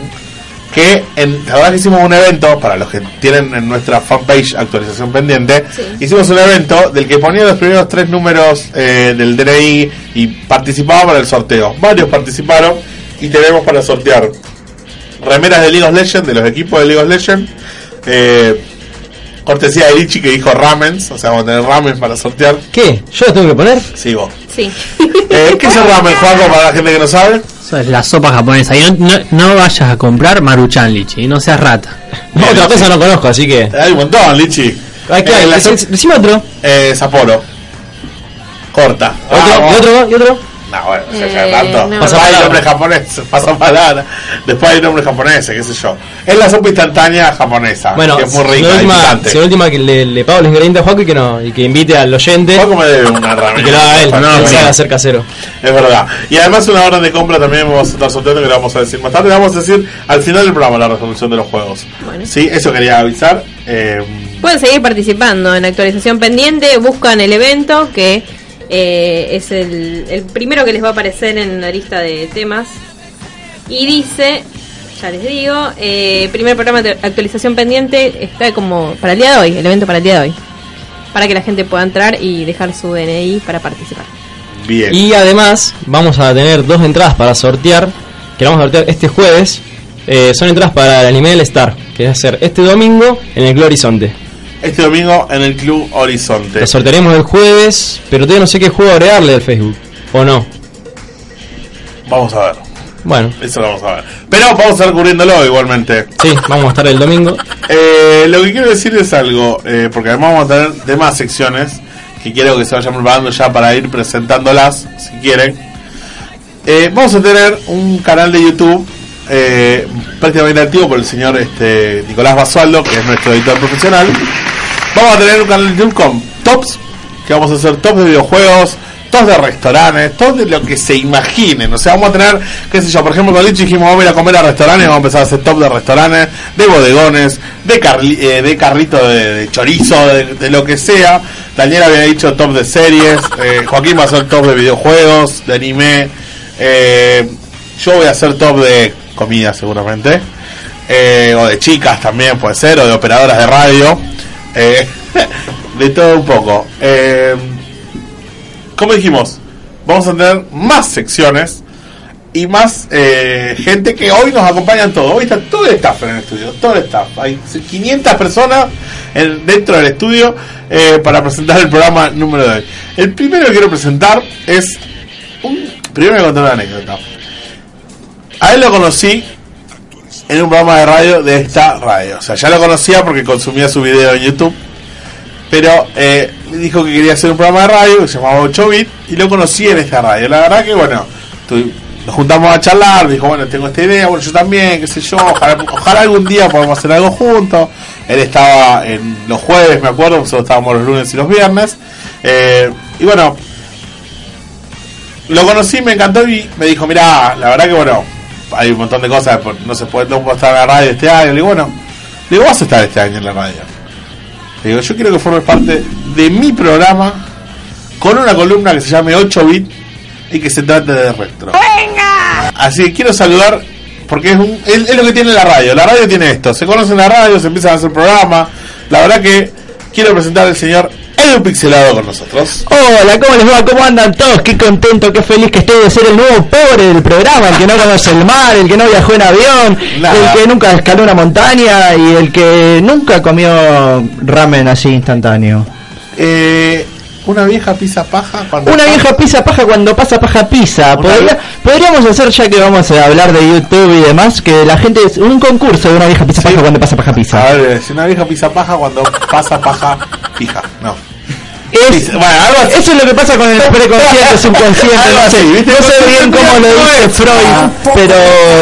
S9: que en, la verdad que hicimos un evento, para los que tienen en nuestra fanpage actualización pendiente, hicimos un evento del que ponía los primeros tres números eh, del DNI y participaba para el sorteo. Varios participaron y tenemos para sortear remeras de League of Legends, de los equipos de League of Legends. eh, cortesía de Richie que dijo ramens, o sea, vamos a tener ramens para sortear.
S10: ¿Qué? ¿Yo los tengo que poner?
S9: Sí, vos.
S11: Sí.
S9: Eh, ¿Qué es el ramen, Juanjo, para la gente que no sabe?
S12: Eso es la sopa japonesa. Y no, no, no vayas a comprar Maruchan, Lichi. Y no seas rata.
S10: <laughs> Otra cosa no conozco, así que. Eh,
S9: Hay un montón, Lichi. Eh,
S10: Hay que-
S9: la-
S10: decí- decime otro.
S9: Eh, Sapporo. Corta.
S10: Ah, ¿Y otro? ¿Y otro?
S9: No, bueno, o sea, ya
S10: Eh,
S9: tanto.
S10: no.
S9: Después hay nombre japonés, pasa palabra. Después hay nombre japonés, qué sé yo. Es la sopa instantánea japonesa.
S10: Bueno,
S9: que es muy rica,
S10: la última,
S9: picante.
S10: si la última que le, le pago los ingredientes a Juaco y que, no, y que invite al oyente. Juaco
S9: me debe una
S10: <laughs> Y que lo haga él, no,
S9: No,
S10: que se
S9: no.
S10: haga hacer casero.
S9: Es verdad. Y además una orden de compra también vamos a estar sorteando que le vamos a decir más tarde. Le vamos a decir al final del programa la resolución de los juegos. Sí, eso quería avisar. Eh,
S11: Pueden seguir participando en actualización pendiente, buscan el evento que eh, es el, el primero que les va a aparecer en la lista de temas. Y dice, ya les digo, eh, primer programa de actualización pendiente está como para el día de hoy, el evento para el día de hoy. Para que la gente pueda entrar y dejar su DNI para participar.
S9: Bien.
S10: Y además vamos a tener dos entradas para sortear, que vamos a sortear este jueves. Eh, son entradas para el anime del Star, que va a ser este domingo en el Club Horizonte.
S9: este domingo en el Club Horizonte.
S10: Lo sortearemos el jueves, pero todavía no sé qué juego agregarle al Facebook. ¿O no?
S9: Vamos a ver.
S10: Bueno.
S9: Eso lo vamos a ver. Pero vamos a estar cubriéndolo igualmente.
S10: Sí, vamos a estar el domingo.
S9: Eh, lo que quiero decir es algo, eh, porque además vamos a tener demás secciones que quiero que se vayan preparando ya para ir presentándolas, si quieren. Eh, vamos a tener un canal de YouTube eh, prácticamente activo por el señor este, Nicolás Basualdo, que es nuestro editor profesional. Vamos a tener un canal de YouTube con tops, que vamos a hacer tops de videojuegos, tops de restaurantes, tops de lo que se imaginen. O sea, vamos a tener, qué sé yo, por ejemplo, con Lichi dijimos, vamos a ir a comer a restaurantes, vamos a empezar a hacer top de restaurantes, de bodegones, de, carli- eh, de carrito de, de chorizo, de, de lo que sea. Daniel había dicho top de series, eh, Joaquín va a hacer top de videojuegos, de anime. eh, yo voy a hacer top de comida seguramente. Eh, o de chicas también puede ser, o de operadoras de radio. Eh, <laughs> de todo un poco. Eh, como dijimos, vamos a tener más secciones y más eh, gente que hoy nos acompaña en todo. Hoy está todo el staff en el estudio, todo el staff. Hay 500 personas en- dentro del estudio eh, para presentar el programa número de hoy. El primero que quiero presentar es un... Primero voy a contar una anécdota. A él lo conocí en un programa de radio de esta radio. O sea, ya lo conocía porque consumía su video en YouTube. Pero eh, dijo que quería hacer un programa de radio que se llamaba 8-bit y lo conocí en esta radio. La verdad que, bueno, tu- nos juntamos a charlar. Dijo, bueno, tengo esta idea, bueno, yo también, qué sé yo. Ojalá, ojalá algún día podamos hacer algo juntos. Él estaba en los jueves, me acuerdo, nosotros estábamos los lunes y los viernes. Eh, y bueno, lo conocí, me encantó y me dijo, mirá, la verdad que, bueno, hay un montón de cosas, por- no se puede, no puedo estar en la radio este año. Le digo, bueno, le digo, vas a estar este año en la radio. Le digo, yo quiero que formes parte de mi programa con una columna que se llame 8-bit y que se trate de retro. Así que quiero saludar, porque es, un- es- es lo que tiene la radio. La radio tiene esto: se conocen la radio, se empiezan a hacer programas. La verdad que quiero presentar al señor Edu Pixelado con nosotros.
S13: Hola, ¿cómo les va? ¿Cómo andan todos? Qué contento, qué feliz que estoy de ser el nuevo pobre del programa, el que no conoce el mar, el que no viajó en avión,
S9: Nada.
S13: el que nunca escaló una montaña y el que nunca comió ramen así instantáneo.
S9: Eh, una vieja pizza paja cuando.
S13: Una vieja pizza paja cuando pasa paja pizza. Podría- podríamos hacer, ya que vamos a hablar de YouTube y demás, que la gente es un concurso de una vieja pizza paja cuando pasa paja pizza.
S9: A ver, si una vieja pizza paja cuando pasa paja pija. No.
S13: Es- eso es lo que pasa con
S9: <laughs>
S13: el preconsciente, subconsciente,
S9: Algo
S13: no sé,
S9: así, ¿viste?
S13: no sé bien cómo lo dice Freud,
S9: Ah.
S13: pero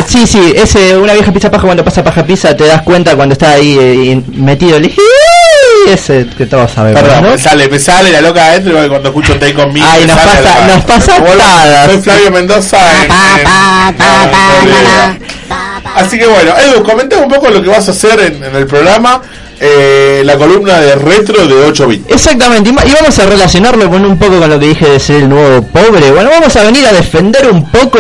S13: sí, sí, ese una vieja pizza paja cuando pasa paja pizza te das cuenta cuando está ahí eh, in- metido el ese que todos sabemos,
S9: Perdón,
S13: ¿no?
S9: me sale, me sale la loca adentro y cuando escucho Take on Me.
S13: Ay,
S9: me
S13: nos
S9: sale
S13: pasa-
S9: la-
S13: nos pasa
S9: me vuelvo-
S13: todas.
S9: Soy Flavio Mendoza. en- en- en- Así que bueno, Edu, comentame un poco lo que vas a hacer en, en el programa eh, la columna de retro de 8 bits.
S10: Exactamente, y ma- y vamos a relacionarlo con un poco con lo que dije de ser el nuevo pobre. Bueno, vamos a venir a defender un poco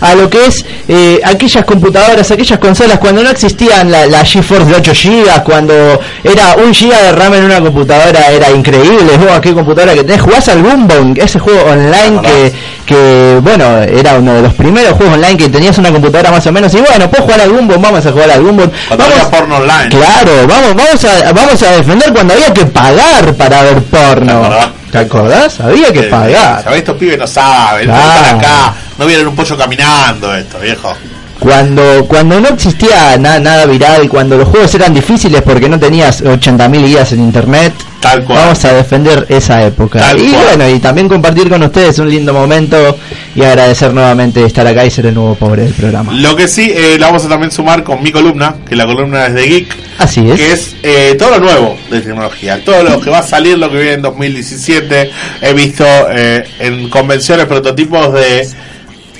S10: a lo que es eh, aquellas computadoras, aquellas consolas, cuando no existían la, la GeForce de 8 GB, cuando era un GB de RAM en una computadora, era increíble. Vos, qué computadora que tenés, jugás al Boom ese juego online que, que, bueno, era uno de los primeros juegos online que tenías una computadora más o menos. Y bueno, puedo jugar al Boom vamos a jugar al Boom Vamos,
S9: porno online.
S10: Claro, vamos, vamos a, vamos a defender cuando había que pagar para ver porno.
S9: <laughs>
S10: ¿Te acordás? Había que
S9: Eh,
S10: pagar.
S9: ¿sabés? Estos pibes no saben, no
S10: Claro.
S9: están acá, no vieron un pollo caminando esto, viejo.
S10: Cuando, cuando no existía na- nada viral, cuando los juegos eran difíciles porque no tenías 80.000 guías en internet,
S9: Tal cual.
S10: vamos a defender esa época.
S9: Tal
S10: y
S9: cual.
S10: bueno, y también compartir con ustedes un lindo momento y agradecer nuevamente estar acá y ser el nuevo pobre del programa.
S9: Lo que sí, eh, la vamos a también sumar con mi columna, que la columna es de Geek,
S10: Así es.
S9: que es eh, todo lo nuevo de tecnología, todo lo que va a salir, lo que viene en 2017. He visto eh, en convenciones prototipos de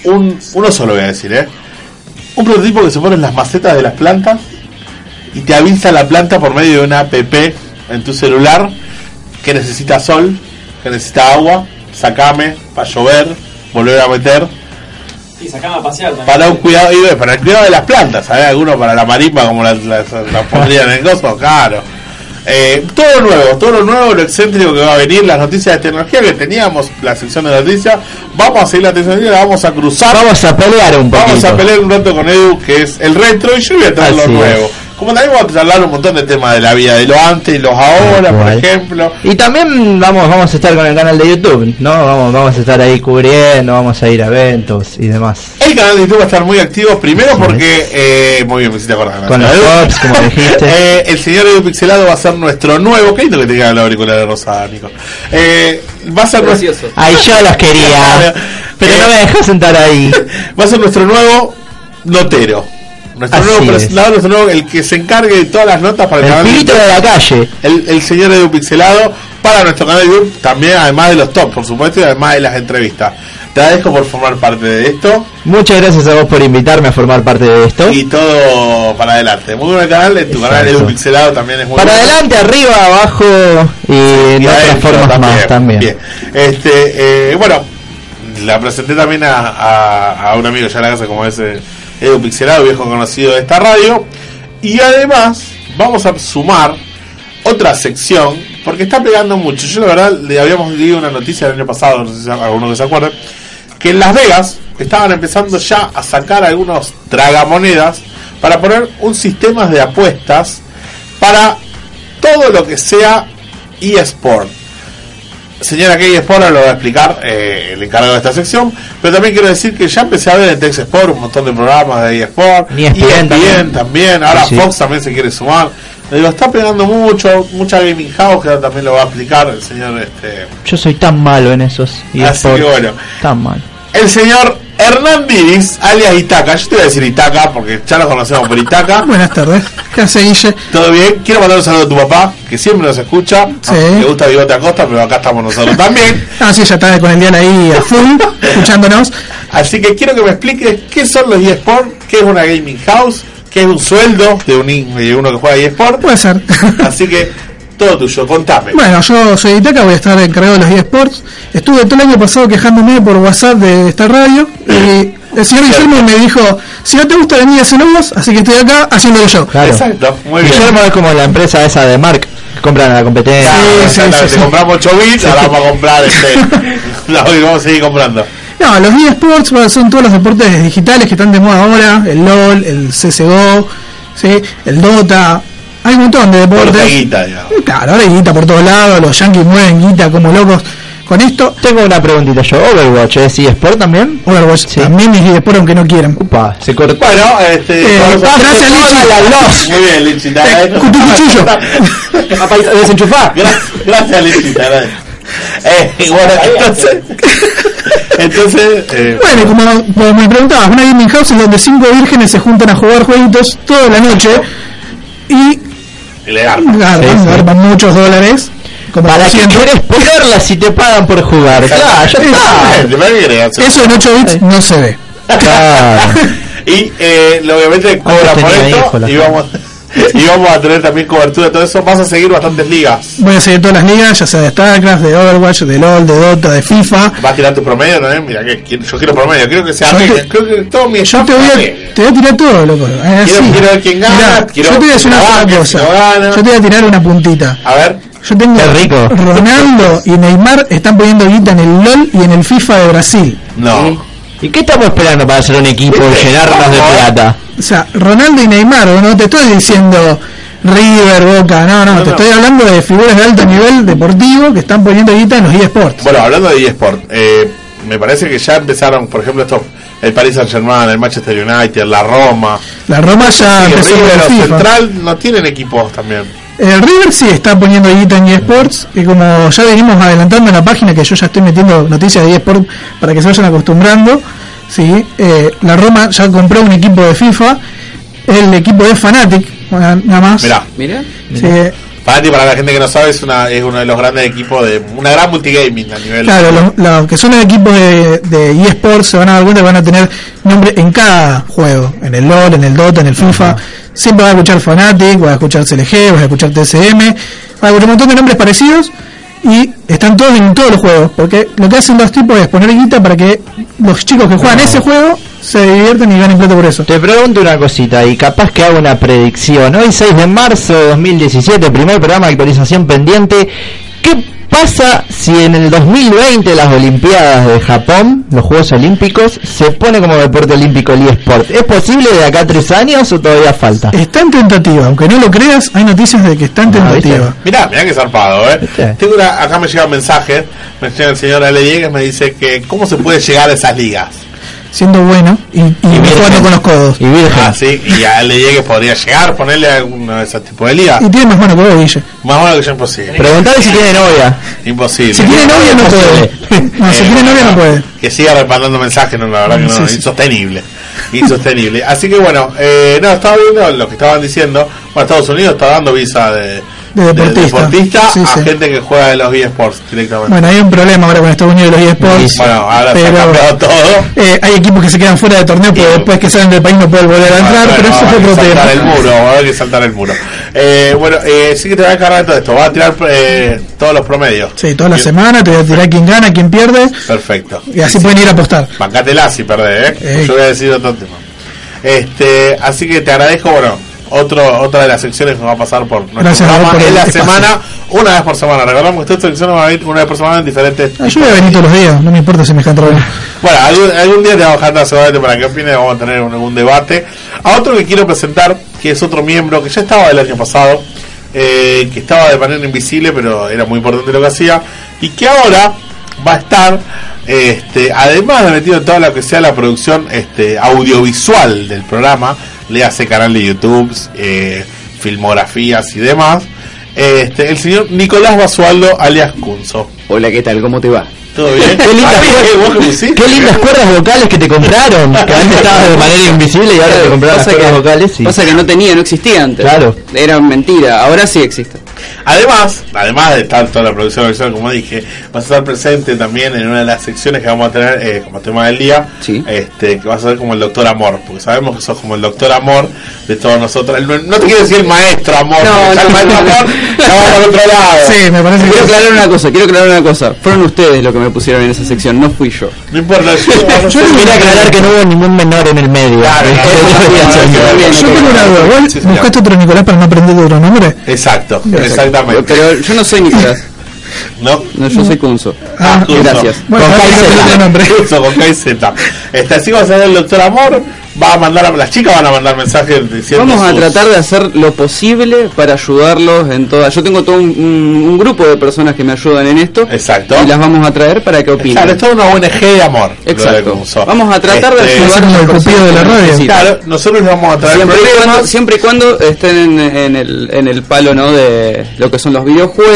S9: un, uno solo voy a decir, ¿eh? Un prototipo que se pone en las macetas de las plantas y te avisa la planta por medio de una app en tu celular que necesita sol, que necesita agua, sacame, para llover, volver a meter.
S14: Y sacame a pasear también.
S9: Para un cuidado, y, eh, para el cuidado de las plantas, ¿sabes? Algunos para la marimba, como las la, pondrían en gozo, claro. Eh, todo lo nuevo, todo lo nuevo, lo excéntrico que va a venir, las noticias de tecnología que teníamos, la sección de noticias, vamos a seguir la tecnología, la vamos a cruzar.
S10: Vamos a pelear un poquito.
S9: Vamos a pelear un rato con Edu, que es el retro, y yo voy a traer lo
S10: Así es.
S9: nuevo. Como también vamos a charlar un montón de temas de la vida, de lo antes y los ahora, por
S10: cual.
S9: ejemplo.
S10: Y también vamos, vamos a estar con el canal de YouTube, ¿no? Vamos, vamos a estar ahí cubriendo, vamos a ir a eventos y demás.
S9: El canal de YouTube va a estar muy activo, primero porque, eh, muy bien, me hiciste acordar.
S10: Con los
S9: Edu.
S10: pops, como
S9: <laughs>
S10: dijiste.
S9: Eh, el señor Edu Pixelado va a ser nuestro nuevo. Qué lindo que te queda la auricular de rosada, Nico. Eh, va a ser
S10: Precioso.
S9: nuestro-
S10: Ay, yo los quería. Pero no me dejó sentar
S9: <laughs>
S10: ahí.
S9: Va a ser nuestro nuevo notero. Nuestro
S10: Así
S9: nuevo
S10: es.
S9: presentador, nuestro nuevo, el que se encargue de todas las notas para el,
S10: El
S9: canal
S10: pibito
S9: YouTube.
S10: de la calle.
S9: El, el señor Edu Pixelado para nuestro canal de YouTube, también además de los tops, por supuesto, y además de las entrevistas. Te agradezco por formar parte de esto.
S10: Muchas gracias a vos por invitarme a formar parte de esto.
S9: y todo para adelante. Muy buen canal, en tu canal Edu
S10: Exacto.
S9: Pixelado también es muy
S10: Para
S9: bueno.
S10: adelante, arriba, abajo y en
S9: Y
S10: otras
S9: adentro
S10: formas más también.
S9: Bien. Este, eh, bueno, la presenté también a, a- a un amigo ya de la casa como ese Edu Pixelado, viejo conocido de esta radio. Y además vamos a sumar otra sección, porque está pegando mucho. Yo la verdad le habíamos leído una noticia el año pasado, no sé si algunos que se acuerdan, que en Las Vegas estaban empezando ya a sacar algunos tragamonedas para poner un sistema de apuestas para todo lo que sea eSport. Señora que eSport ahora lo va a explicar eh, el encargado de esta sección, pero también quiero decir que ya empecé a ver en Tex Sport un montón de programas de eSport, E
S10: Y ESPN
S9: también,
S10: también.
S9: también, ahora
S10: Sí, sí.
S9: Fox también se quiere sumar. Lo está pegando mucho, mucha gaming house, que ahora también lo va a explicar el señor este,
S10: Yo soy tan malo en esos. Y
S9: Así
S10: por-
S9: que bueno.
S10: Tan mal.
S9: el señor Hernán Viris, alias Itaca. Yo te voy a decir Itaca porque ya lo conocemos por Itaca.
S7: <laughs> Buenas tardes. ¿Qué hace Guille?
S9: Todo bien, quiero mandar un saludo a tu papá, que siempre nos escucha.
S7: Sí.
S9: Le gusta Bigote Acosta, pero acá
S7: <laughs>
S9: estamos nosotros también.
S7: Ah, sí, ya está con el Diana ahí a
S9: <laughs>
S7: full, escuchándonos.
S9: Así que quiero que me expliques qué son los eSports, qué es una gaming house, qué es un sueldo de, un, in- de uno que juega eSports.
S7: Puede ser.
S9: <laughs> Así que todo tuyo, contame.
S7: Bueno, yo soy Itaca, voy a estar encargado de los eSports. Estuve todo el año pasado quejándome por WhatsApp de esta radio y el señor Guillermo me dijo, si no te gusta venir a hacerlo vos, así que estoy acá haciéndolo yo.
S10: Claro.
S9: Exacto, muy bien.
S10: Guillermo es como la empresa esa de Mark. que Compran a la competencia.
S9: Ah, exactamente, compramos 8 bits, ahora vamos a
S7: <laughs>
S9: comprar este. <laughs> No, y vamos a seguir comprando.
S7: No, los eSports bueno, son todos los deportes digitales que están de moda ahora, el LOL, el CSGO, ¿sí? el Dota, hay un montón de
S9: Por
S7: deportes.
S9: guita, digamos.
S7: Y Claro, ahora hay guita por todos lados, los yankees mueven guita como locos con esto.
S10: Tengo una preguntita yo. Overwatch, ¿es eSport también?
S7: Overwatch también es eSport aunque no quieran.
S10: Upa, se cortó.
S9: Bueno, este.
S7: Eh,
S9: vamos a-
S7: gracias, Lichi.
S10: la los.
S9: Muy bien, Lichita.
S7: Cutucuchillo.
S10: <laughs> Desenchufá.
S9: Gracias, gracias Lichita. gracias. Eh, bueno, entonces. entonces. eh,
S7: Bueno, y como, como me preguntabas, una gaming house es donde cinco vírgenes se juntan a jugar jueguitos toda la noche y
S9: y le arma.
S7: garban,
S10: Sí, sí.
S7: garban muchos dólares. Como
S10: Para que
S7: siempre.
S10: quieres ponerla si te pagan por jugar. Claro, ya está.
S9: Exactamente, para que le hagas-
S7: Eso en 8 bits no se ve.
S10: Claro.
S9: <laughs> Y eh, lo- obviamente cobra
S10: Antes
S9: por
S10: tenía
S9: esto
S10: hijos, la
S9: y vamos. y vamos a tener también cobertura. Todo eso vas a seguir bastantes ligas.
S10: Voy a seguir todas las ligas, ya sea de StarCraft, de Overwatch, de LOL, de Dota, de FIFA.
S9: Vas a tirar tu promedio también. Mira, que, que- yo quiero promedio. Quiero que sea.
S10: Yo
S9: arregle,
S10: te-
S9: creo que todo mi
S10: Yo te voy a, te voy a tirar todo, loco. Es
S9: Quiero-
S10: así.
S9: quiero ver quién gana,
S10: Mirá,
S9: quiero
S10: yo te voy a decir una
S9: quién
S10: sola
S9: gana,
S10: cosa.
S9: quién no gana.
S10: Yo te voy a tirar una puntita.
S9: A ver.
S10: Yo tengo
S9: Qué rico.
S10: Ronaldo y Neymar están poniendo guita en el LOL y en el FIFA de Brasil.
S9: No.
S6: ¿Y qué estamos esperando para hacer un equipo y llenarnos de
S9: eh.
S6: plata?
S10: O sea, Ronaldo y Neymar, no te estoy diciendo River, Boca, no, no, te estoy hablando de figuras de alto nivel deportivo que están poniendo guita en los eSports.
S9: Bueno, hablando de eSport, eh, me parece que ya empezaron, por ejemplo, estos, el Paris Saint Germain, el Manchester United, la Roma.
S10: La Roma ya
S9: Sí,
S10: Ah, empezó
S9: River
S10: con
S9: o
S10: el FIFA.
S9: Central no tienen equipos también.
S10: El River sí está poniendo guita en eSports y como ya venimos adelantando en la página que yo ya estoy metiendo noticias de eSports para que se vayan acostumbrando, ¿sí? Eh, la Roma ya compró un equipo de FIFA, el equipo de Fanatic, nada más.
S9: Mirá.
S12: Mira.
S10: Sí,
S9: Fanatic, para la gente que no sabe, es, una, es uno de los grandes equipos de una gran multigaming a nivel.
S10: Claro, los, los que son los equipos de, de eSports se van a dar cuenta que van a tener nombre en cada juego, en el LOL, en el Dota, en el FIFA. Siempre vas a escuchar Fnatic, vas a escuchar CLG, vas a escuchar TSM, vas a escuchar un montón de nombres parecidos y están todos en todos los juegos, porque lo que hacen los tipos es poner guita para que los chicos que juegan ese juego se divierten y ganen plata por eso.
S6: Te pregunto una cosita y capaz que hago una predicción. Hoy 6 de marzo de 2017, primer programa de actualización pendiente. ¿Qué pasa si en el 2020 las Olimpiadas de Japón, los Juegos Olímpicos, se pone como deporte olímpico el eSport? ¿Es posible de acá a tres años o todavía falta?
S10: Está en tentativa, aunque no lo creas, hay noticias de que está en
S6: Ah,
S10: tentativa.
S9: Mirá, mirá que zarpado, ¿eh? Tengo una- acá me llega un mensaje, me llega el señor Ale Diegues, me dice que cómo se puede llegar a esas ligas.
S10: Siendo bueno y, y jugando con los codos.
S6: Y virgen.
S9: Ah, sí, y Ale Diegues podría llegar, ponerle a alguno de esos tipos de ligas.
S10: Y tiene más mano que vos, Guille.
S9: Más bueno que yo imposible.
S6: Preguntale si tiene novia.
S9: Imposible.
S10: Si tiene novia no puede. <laughs> No, si
S9: Eh,
S10: tiene novia no puede.
S9: Que siga reparando mensajes, no, la verdad que no,
S10: Sí, sí.
S9: insostenible. Insostenible. Así que bueno, eh, no, estaba viendo lo que estaban diciendo. Bueno, Estados Unidos está dando visa de,
S10: De deportista.
S9: deportista
S10: Sí,
S9: a
S10: sí.
S9: gente que juega de los eSports directamente.
S10: Bueno, hay un problema ahora con Estados Unidos y los eSports.
S9: Bueno, ahora se ha
S10: pero,
S9: cambiado
S10: <laughs>
S9: todo.
S10: eh, hay equipos que se quedan fuera de torneo porque después que salen del país no pueden volver a entrar,
S6: Ah,
S9: Bueno,
S10: pero eso es
S9: habrá
S10: otro
S9: que
S10: tema.
S9: saltar el muro, habrá que saltar el muro. Eh, bueno, eh, sí que te va a encargar de todo esto. Va a tirar eh, todos los promedios.
S10: Sí, toda la semana te voy a tirar quién gana, quién pierde,
S9: Perfecto.
S10: y así pueden ir a apostar.
S9: Bancatela si perdés, ¿eh? Yo voy a decir otro tema. Este, así que te agradezco, bueno, otro, otra de las secciones que va a pasar por nuestro
S10: Gracias,
S9: programa
S10: Raúl, por
S9: en
S10: el
S9: la
S10: espacio.
S9: semana, una vez por semana. Recordamos que esta sección va a ir una vez por semana en diferentes.
S10: Ah, Yo voy a venir todos los días, no me importa si me dejan trabajar.
S9: Bueno, algún, algún día te vamos a dejar seguramente para que opine, vamos a tener un, un debate. A otro que quiero presentar, que es otro miembro que ya estaba el año pasado, eh, que estaba de manera invisible, pero era muy importante lo que hacía, y que ahora va a estar, este, además de metido en toda lo que sea la producción este, audiovisual del programa, le hace canal de YouTube, eh, filmografías y demás, este, el señor Nicolás Basualdo, alias Cunzo.
S12: Hola, ¿qué tal? ¿Cómo te va?
S9: ¿Todo bien?
S6: <laughs> Qué lindas,
S9: Ah,
S6: cuer-
S9: ¿qué vos que pusiste?
S6: qué lindas cuerdas vocales que <laughs>
S12: <laughs>
S6: te compraron. Que antes estabas de manera invisible y ahora te compraron las
S12: Pasa
S6: cuerdas
S12: que-
S6: vocales. Y...
S12: Pasa que no tenía, no existía antes.
S6: Claro.
S12: Era mentira, ahora sí existe.
S9: Además, además de estar toda la producción audiovisual, como dije, vas a estar presente también en una de las secciones que vamos a tener eh, como tema del día, este, que vas a ser como el doctor amor, porque sabemos que sos como el doctor amor de todos nosotros. El- No, te quiero decir el maestro amor,
S12: No,
S9: porque ya el
S12: no,
S9: maestro
S12: no.
S9: amor ya va por otro
S6: Ah.
S9: lado.
S12: Quiero aclarar una cosa, quiero aclarar una cosa. Fueron ustedes los que me pusieron en esa sección, no
S10: <laughs>
S12: fui <laughs> yo.
S9: No importa,
S6: Yo quería aclarar que no hubo ningún menor en el medio. <laughs> Esto es lo que voy a hacer.
S10: Yo tengo una duda, ¿vos buscaste otro Nicolás para no aprender otro nombre?
S9: Exacto, exactamente.
S12: Pero yo no soy Nicolás.
S9: No,
S12: no yo soy Kunzo.
S9: Ah, Kunzo.
S12: gracias.
S9: Bueno,
S12: Con
S9: ahora
S12: Kai
S9: que no
S12: Zeta.
S9: tiene nombre. Kunzo, con Kai Zeta. Este, así va a ser el doctor amor, va a mandar a- las chicas van a mandar mensajes diciendo
S12: Vamos a
S9: sus-
S12: tratar de hacer lo posible para ayudarlos en todas. Yo tengo todo un, un- un grupo de personas que me ayudan en esto.
S9: Exacto.
S12: Y las vamos a traer para que opinen.
S9: Claro, es toda una ONG de amor. lo de
S12: Exacto.
S9: Kunzo.
S12: Vamos a tratar de
S9: Este,
S12: ayudar a las personas que lo necesitan.
S9: Claro, nosotros les vamos a traer
S12: Siempre y,
S9: problemas.
S12: cuando, siempre y cuando estén en, en el, en el palo ¿no? de lo que son los videojuegos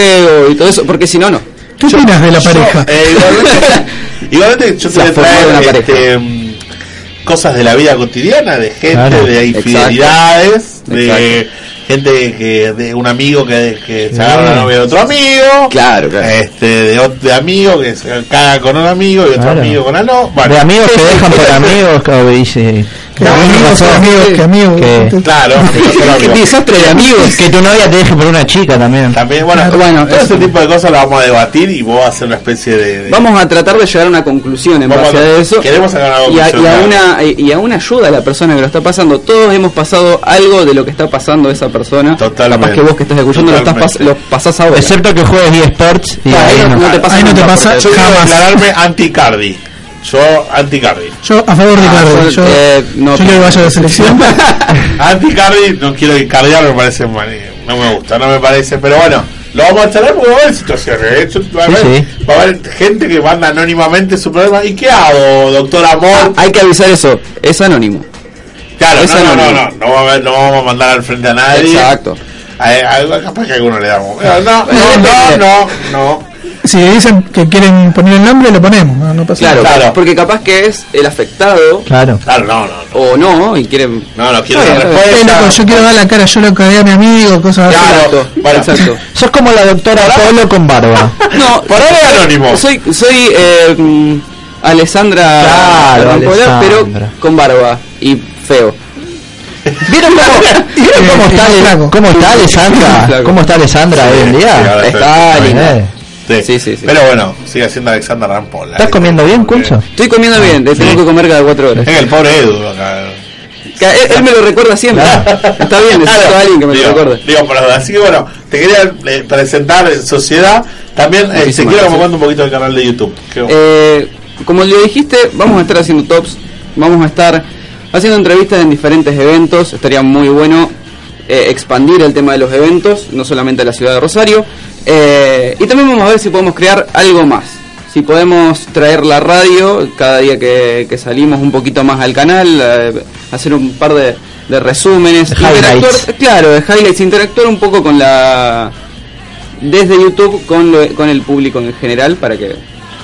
S12: y todo eso, porque si no, no.
S10: ¿Qué opinas de la pareja?
S9: Eh, <laughs>
S12: <laughs>
S9: igualmente, igualmente yo te voy a traer este, mm, cosas de la vida cotidiana, de gente,
S12: Claro.
S9: de infidelidades, de gente que de un amigo que, que se agarra a la novia de otro amigo,
S12: claro, claro.
S9: este de, ot- de amigo que se caga con un amigo y otro
S6: Claro.
S9: amigo con la no.
S6: De amigos que dejan por amigos, cabrón, dice.
S12: Que amigos, que amigos, que amigos.
S6: Que-
S9: Claro,
S6: Qué desastre de amigos. Que tu novia te deje por una chica también.
S9: También, bueno, todo ese tipo de cosas las vamos a debatir y vos vas a hacer una especie de. de-
S10: Vamos a tratar de llegar a una conclusión en
S9: Vamos
S10: base
S9: a-
S10: a eso.
S9: queremos sacar una
S10: y a, y, a
S9: conclusión,
S10: una, y a una ayuda a la persona que lo está pasando. Todos hemos pasado algo de lo que está pasando esa persona. Capaz que vos que estás escuchando lo, estás pas- lo pasás ahora.
S6: Excepto que juegues eSports y
S10: Ahí no- no te pasa Ahí no te nada, pasa porque-
S9: Yo quiero
S10: jamás.
S9: declararme anti-Cardi. Yo anti-Cardi.
S12: Yo a
S10: Ah,
S12: favor de Cardi. Yo,
S10: eh,
S12: yo quiero que vaya a la selección.
S9: Anti-Cardi, no quiero que cardear, me parece mal, eh, No me gusta, no me parece, pero bueno. Lo vamos a charlar porque va a haber situaciones. ¿eh? Yo- Va a haber, va a haber gente que manda anónimamente su problema. ¿Y qué hago, doctor Amor?
S10: <laughs> Hay que avisar eso. Es anónimo.
S9: Claro,
S10: Ah, es
S9: no, no, no,
S10: anónimo.
S9: no, no, va a haber- no vamos a mandar al frente a nadie.
S10: Exacto.
S9: A, a- capaz que a alguno le damos. No, no, no, no, no.
S12: Si dicen que quieren poner el nombre, lo ponemos. No, no pasa
S10: Claro,
S12: nada.
S10: porque capaz que es el afectado.
S6: Claro.
S9: Claro, no, no.
S10: O no, y quieren.
S9: No, no,
S10: quieren
S12: Eh, loco, yo quiero dar la cara, yo lo cagué a mi amigo, cosas
S10: Exacto, exacto.
S6: <laughs> Sos como la doctora Polo con barba.
S10: <laughs> No, por ahora anónimo. Soy, soy eh, mm, Alessandra
S6: Claro,
S10: Rampola, pero
S6: Alessandra.
S10: con barba y feo.
S6: ¿Vieron
S10: <laughs>
S6: cómo, ¿vieron
S12: Eh,
S6: cómo está, Ale- cómo está Alessandra? ¿Cómo está Alessandra hoy en
S9: Sí,
S6: día?
S9: ahora estoy-
S6: Eh,
S9: Sí. Sí, sí, Pero bueno, sigue siendo Alexander Rampola.
S6: ¿Estás comiendo bien, Ah, Curso?
S10: Estoy comiendo bien, te tengo que comer cada
S6: <laughs>
S10: cuatro horas.
S9: Es el pobre Edu acá.
S10: Que Él, él me lo recuerda siempre. <laughs> Está bien, necesito
S9: Claro.
S10: a alguien que me
S9: digo,
S10: lo recuerde.
S9: digo, por las dudas. Así que bueno, te quería eh, presentar en sociedad. También eh, te
S10: Muchísimas
S9: quiero que me
S10: gracias.
S9: cuente un poquito del canal de YouTube. Que-
S10: Eh, como le dijiste, vamos a estar haciendo tops, vamos a estar haciendo entrevistas en diferentes eventos, estaría muy bueno eh, expandir el tema de los eventos, no solamente a la ciudad de Rosario, Eh, y también vamos a ver si podemos crear algo más, si podemos traer la radio cada día que, que salimos un poquito más al canal, eh, hacer un par de, de resúmenes,
S6: Highlights.
S10: interactuar- claro, de highlights, interactuar un poco con la... Desde YouTube con, lo- con el público en general para que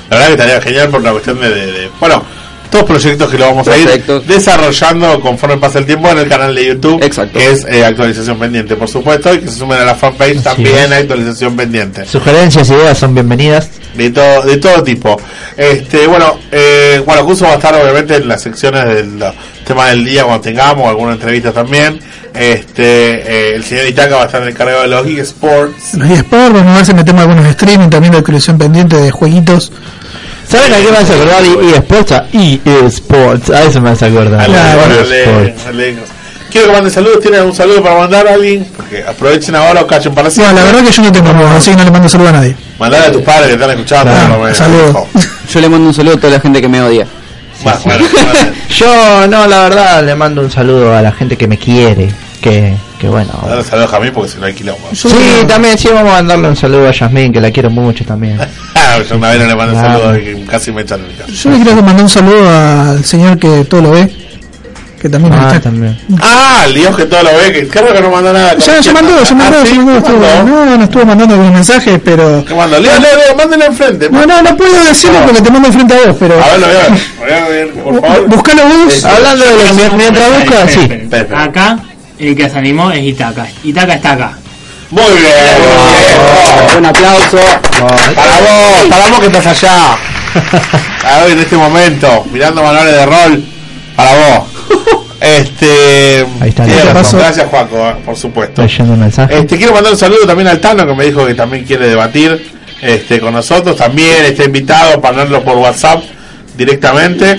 S9: La verdad que estaría genial por una cuestión de, de- de- bueno, todos proyectos que lo vamos a ir
S10: Proyectos.
S9: desarrollando conforme pasa el tiempo en el canal de YouTube, que es eh, actualización pendiente, por supuesto, y que se sumen a la fanpage también actualización pendiente.
S6: Sugerencias, ideas son bienvenidas.
S9: De todo, de todo tipo. Este, bueno, eh, bueno, curso va a estar obviamente en las secciones del los temas del día cuando tengamos, alguna entrevista también. Este, eh, el señor Itaca va a estar encargado de los eSports.
S12: Los eSports, vamos a ver si metemos algunos streaming también de actualización pendiente de jueguitos.
S6: ¿Saben a qué me hace acordar? Y eSports a E eSports. A eso me hace acordar.
S9: Dale, dale, dale,
S6: eSports.
S9: dale. Quiero que manden saludos, tienen algún saludo para mandar a alguien, porque aprovechen ahora o cachen para
S12: No,
S9: siempre.
S12: la verdad que yo no tengo voz, así que no le mando saludo a nadie.
S9: Mandar a tus padres que están escuchando. por lo menos.
S10: Yo le mando un saludo a toda la gente que me odia.
S9: Bueno, bueno, bueno.
S6: Yo, no, la verdad, le mando un saludo a la gente que me quiere. Que, que bueno.
S9: Mandar saludos a mí porque si no hay quilombo. <laughs>
S6: Sí, también, sí, vamos a mandarle un saludo a Yasmín, que la quiero mucho también.
S9: Ah, yo una vez no le mandé
S6: Claro.
S9: saludos y casi me echan el carro.
S12: Yo le quiero mandar un saludo al señor que todo lo ve, que también
S6: Ah,
S12: está.
S6: también.
S9: Ah, el Dios que todo lo ve, que claro que no manda nada. Ah,
S12: Ya, ya mandó, ya
S6: Ah,
S12: mandó, ya mandó, estuvo- no, no estuvo mandando algunos mensajes, pero...
S9: ¿Qué mandó? Leo, Leo, Leo, mándale enfrente.
S12: No, no, no puedo decirlo porque te mando enfrente a vos, pero...
S9: A ver, lo voy a ver, voy a ver, por favor.
S12: Buscalo vos.
S6: Hablando de los- mientras busca, sí.
S15: Acá, el que se animó es Itaca. Itaca está acá.
S9: Muy bien.
S10: Un aplauso.
S9: Para vos, para vos que
S6: <laughs>
S9: estás allá. A ver, en este momento, mirando manuales de rol,
S6: <laughs>
S9: para vos. Este.
S6: Ahí está,
S9: tiene
S6: ¿qué
S9: razón.
S6: pasó?
S9: Gracias, Juaco, eh, por supuesto.
S6: Está yendo un mensaje.
S9: Este, quiero mandar un saludo también al Tano que me dijo que también quiere debatir este, con nosotros. También está invitado para hablarlo por WhatsApp directamente.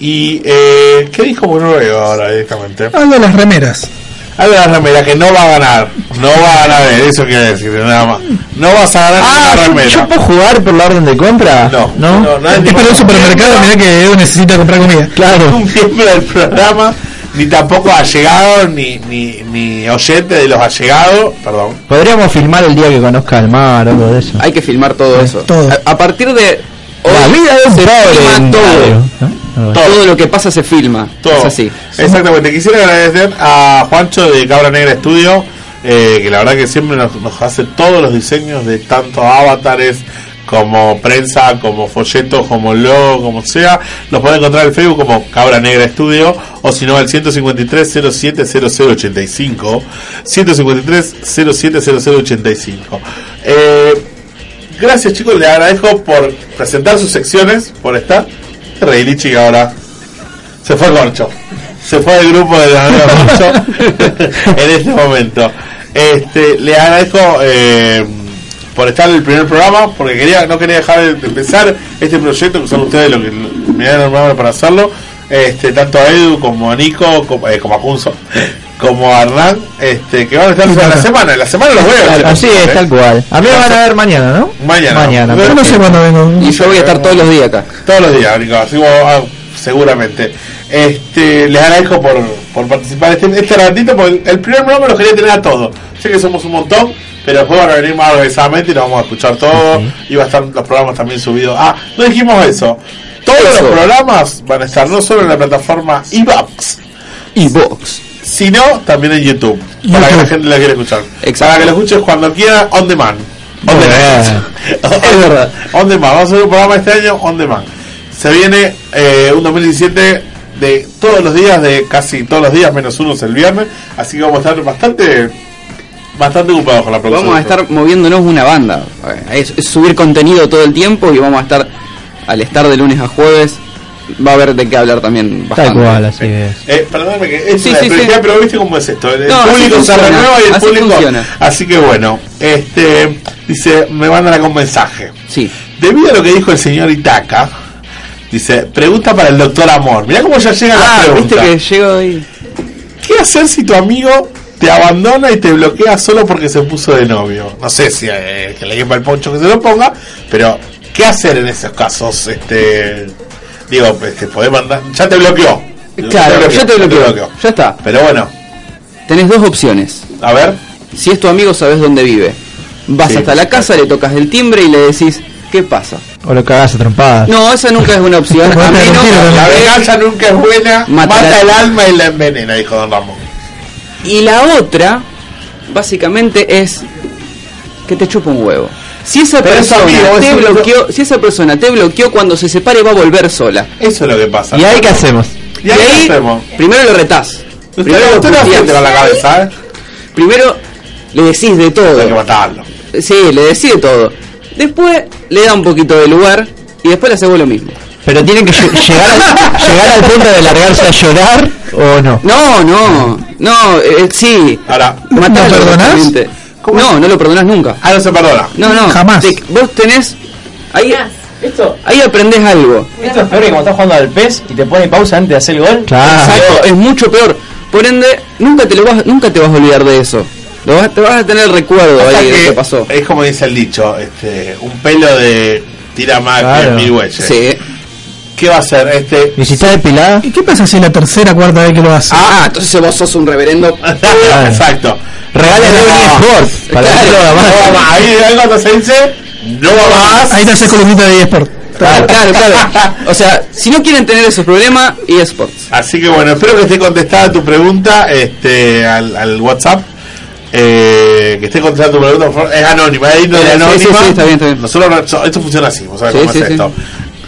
S9: Y eh, ¿qué dijo Porque no lo veo ahora directamente?
S12: Hablo de las remeras.
S9: Algo de la remera que no va a ganar. No va a ganar, eso quiere decir nada más. No vas a ganar
S6: Ah,
S9: ninguna
S6: ¿yo,
S9: remera.
S6: yo puedo jugar por la orden de compra? No. ¿No?
S12: Es para un supermercado, mirá que Edu necesita comprar comida.
S6: Claro.
S9: <laughs> un miembro del programa, ni tampoco allegado, ni, ni, ni oyente de los allegados. Perdón.
S6: Podríamos filmar el día que conozca el mar o algo de eso.
S10: Hay que filmar
S16: Eh,
S10: todo eso. A, a partir de hoy
S6: La vida es
S10: se filma
S6: pobre.
S10: todo.
S6: ¿no?
S10: Todo. lo que pasa se filma.
S9: Todo.
S10: Es así.
S9: Exactamente. Quisiera agradecer a Juancho de Cabra Negra Estudio, eh, que la verdad que siempre nos, nos hace todos los diseños de tantos avatares como prensa, como folletos, como logo, como sea. Los pueden encontrar en Facebook como Cabra Negra Estudio o si no al 153 07 0085 153 07 0085. Eh, gracias chicos, les agradezco por presentar sus secciones, por estar. Reilichi ahora. Se fue Corcho. Se fue el grupo de Leonardo Corcho <laughs> en este momento. Este, le agradezco eh, por estar en el primer programa, porque quería, no quería dejar de empezar este proyecto, que son ustedes los que me han armado para hacerlo. Este, tanto a Edu como a Nico, como, eh, como a Kunso, <laughs> como a Hernán, este, que van a
S16: <laughs>
S9: estar toda la semana. La semana los veo.
S16: Así es, tal cual. A mí me van a ver mañana, ¿no?
S9: Mañana.
S16: Mañana.
S9: Pero no sé cuándo
S16: vengo.
S9: Y yo voy a estar todos
S10: los días acá.
S9: Todos los días, Nico, así como, ah, seguramente. Este, les agradezco por, por participar este, este ratito, porque el primer programa lo quería tener a todos. Sé que somos un montón, pero después van a venir más organizadamente y lo vamos a escuchar todo. Y va a estar los programas también subidos. Ah, no dijimos eso. Todos
S10: Eso.
S9: los programas van a estar no solo en la plataforma iBox,
S10: iBox,
S9: sino también en YouTube, para que la gente la quiera escuchar. Para que lo escuches cuando quiera, on demand. On demand. es verdad. <laughs> On demand. Vamos a hacer un programa este año on demand. Se viene eh, un 2017 de todos los días, de casi todos los días, menos unos el viernes. Así que vamos a estar bastante bastante ocupados con la producción.
S10: Vamos a estar moviéndonos una banda. Eh, Es, es subir contenido todo el tiempo y vamos a estar, al estar de lunes a jueves, va a haber de qué hablar también
S16: Tal
S10: bastante.
S16: cual, así es.
S9: Eh, perdóname que es
S10: Sí,
S9: una
S10: sí,
S9: prioridad,
S10: sí.
S9: pero viste cómo es esto. eh, El, el
S10: No, así
S9: público se
S10: funciona,
S9: renueva y el
S10: así
S9: público.
S10: funciona.
S9: Así que bueno, este dice, me mandan acá un mensaje.
S10: Sí.
S9: Debido a lo que dijo el señor Itaca, dice, pregunta para el doctor Amor. Mirá cómo ya llega
S10: Ah,
S9: la
S10: viste
S9: pregunta.
S10: que llego ahí.
S9: ¿Qué hacer si tu amigo te abandona y te bloquea solo porque se puso de novio? No sé si eh, que le lleva el poncho que se lo ponga, pero ¿qué hacer en esos casos? Este, digo, este, podés mandar, ya te bloqueó.
S10: Claro, ya te bloqueo. Ya está.
S9: Pero bueno.
S10: Tenés dos opciones.
S9: A ver.
S10: Si es tu amigo, sabes dónde vive. Vas hasta la casa, le tocas el timbre y le decís, ¿qué pasa?
S16: O lo cagás a trompadas.
S10: No, esa nunca es
S16: <laughs>
S10: una opción. A menos
S9: la venganza nunca es buena,
S10: Mata
S9: mata
S10: la-
S9: el alma y la envenena, dijo Don Ramón.
S10: Y la otra, básicamente, es que te chupa un huevo. Si esa
S9: Pero es
S10: persona
S9: amigo,
S10: te
S9: es un-
S10: bloqueó, si esa persona te bloqueó cuando se separe va a volver sola.
S9: Eso es lo que pasa.
S16: ¿Y ahí qué hacemos?
S9: ¿Y ahí qué hacemos?
S10: Primero lo retás. Primero lo
S9: usted no
S10: puteás.
S9: siente con la cabeza, ¿eh?
S10: Primero le decís de todo. Hay que
S9: matarlo.
S10: Sí, le decís de todo. Después le da un poquito de lugar y después le hacemos lo mismo.
S16: Pero tienen que lle- llegar, al, llegar al punto de largarse a llorar o no.
S10: No, no, no, eh, sí.
S9: Ahora,
S10: ¿No perdonás? No, no lo perdonás nunca.
S9: Ah, no se perdona.
S10: No, no. Jamás. vos tenés. Ahí,
S17: Esto,
S10: ahí aprendes algo.
S17: esto es peor que cuando estás jugando al PES y te pone pausa antes de hacer el gol.
S10: Exacto, es mucho peor. Por ende, nunca te lo vas, nunca te vas a olvidar de eso. Lo vas- te vas a tener el recuerdo
S9: Hasta
S10: ahí de lo
S9: que
S10: que pasó.
S9: Es como dice el dicho, este, un pelo de tira más que
S16: Claro.
S9: mil bueyes.
S10: Sí.
S9: ¿Qué va a hacer? Este,
S16: ¿Y si está depilada?
S18: ¿Y qué pasa si es la tercera cuarta vez que lo hace?
S10: Ah, entonces vos sos un reverendo.
S9: <laughs> Exacto.
S16: Regálenle un eSport. Para que lo haga más.
S9: no va más. Ahí hay algo que se dice, no va más.
S18: Ahí te haces columnita de eSport.
S10: Claro, Ah, claro, claro.
S18: <laughs>
S10: O sea, si no quieren tener esos problemas, eSports.
S9: Así que bueno, espero que esté contestada tu pregunta este, al, al WhatsApp. Eh, que esté contestada tu pregunta, por favor. Es anónima, es
S10: Sí, sí,
S9: anónima.
S10: sí, está bien, está bien.
S9: Nosotros, no- so- esto funciona así, vos sabés
S10: Sí,
S9: cómo
S10: sí,
S9: es
S10: sí.
S9: esto.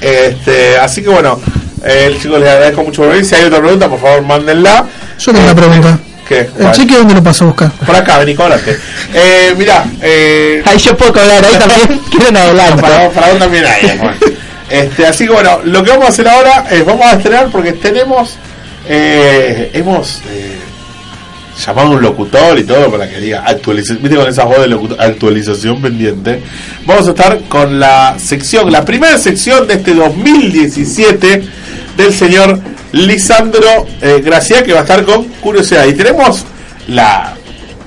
S9: Este, así que bueno, eh, chicos, les agradezco mucho por venir. Si hay otra pregunta, por favor, mándenla.
S18: Yo tengo una pregunta.
S10: Eh,
S9: Que,
S18: ¿El
S9: vale.
S18: cheque dónde lo paso a buscar?
S9: Por acá, vení, cobrate. Eh, mirá, eh,
S16: Ahí yo puedo hablar, ahí
S19: <laughs>
S16: también quieren hablar.
S9: para,
S19: ¿eh?
S9: vos- para vos también hay, amor. Este, así que bueno, lo que vamos a hacer ahora es vamos a estrenar porque tenemos eh, hemos eh, llamado a un locutor y todo para que diga actualización, viste con esas voz de locutor, actualización pendiente. Vamos a estar con la sección, la primera sección de este 2017 del señor Lisandro eh, Gracia que va a estar con curiosidad y tenemos la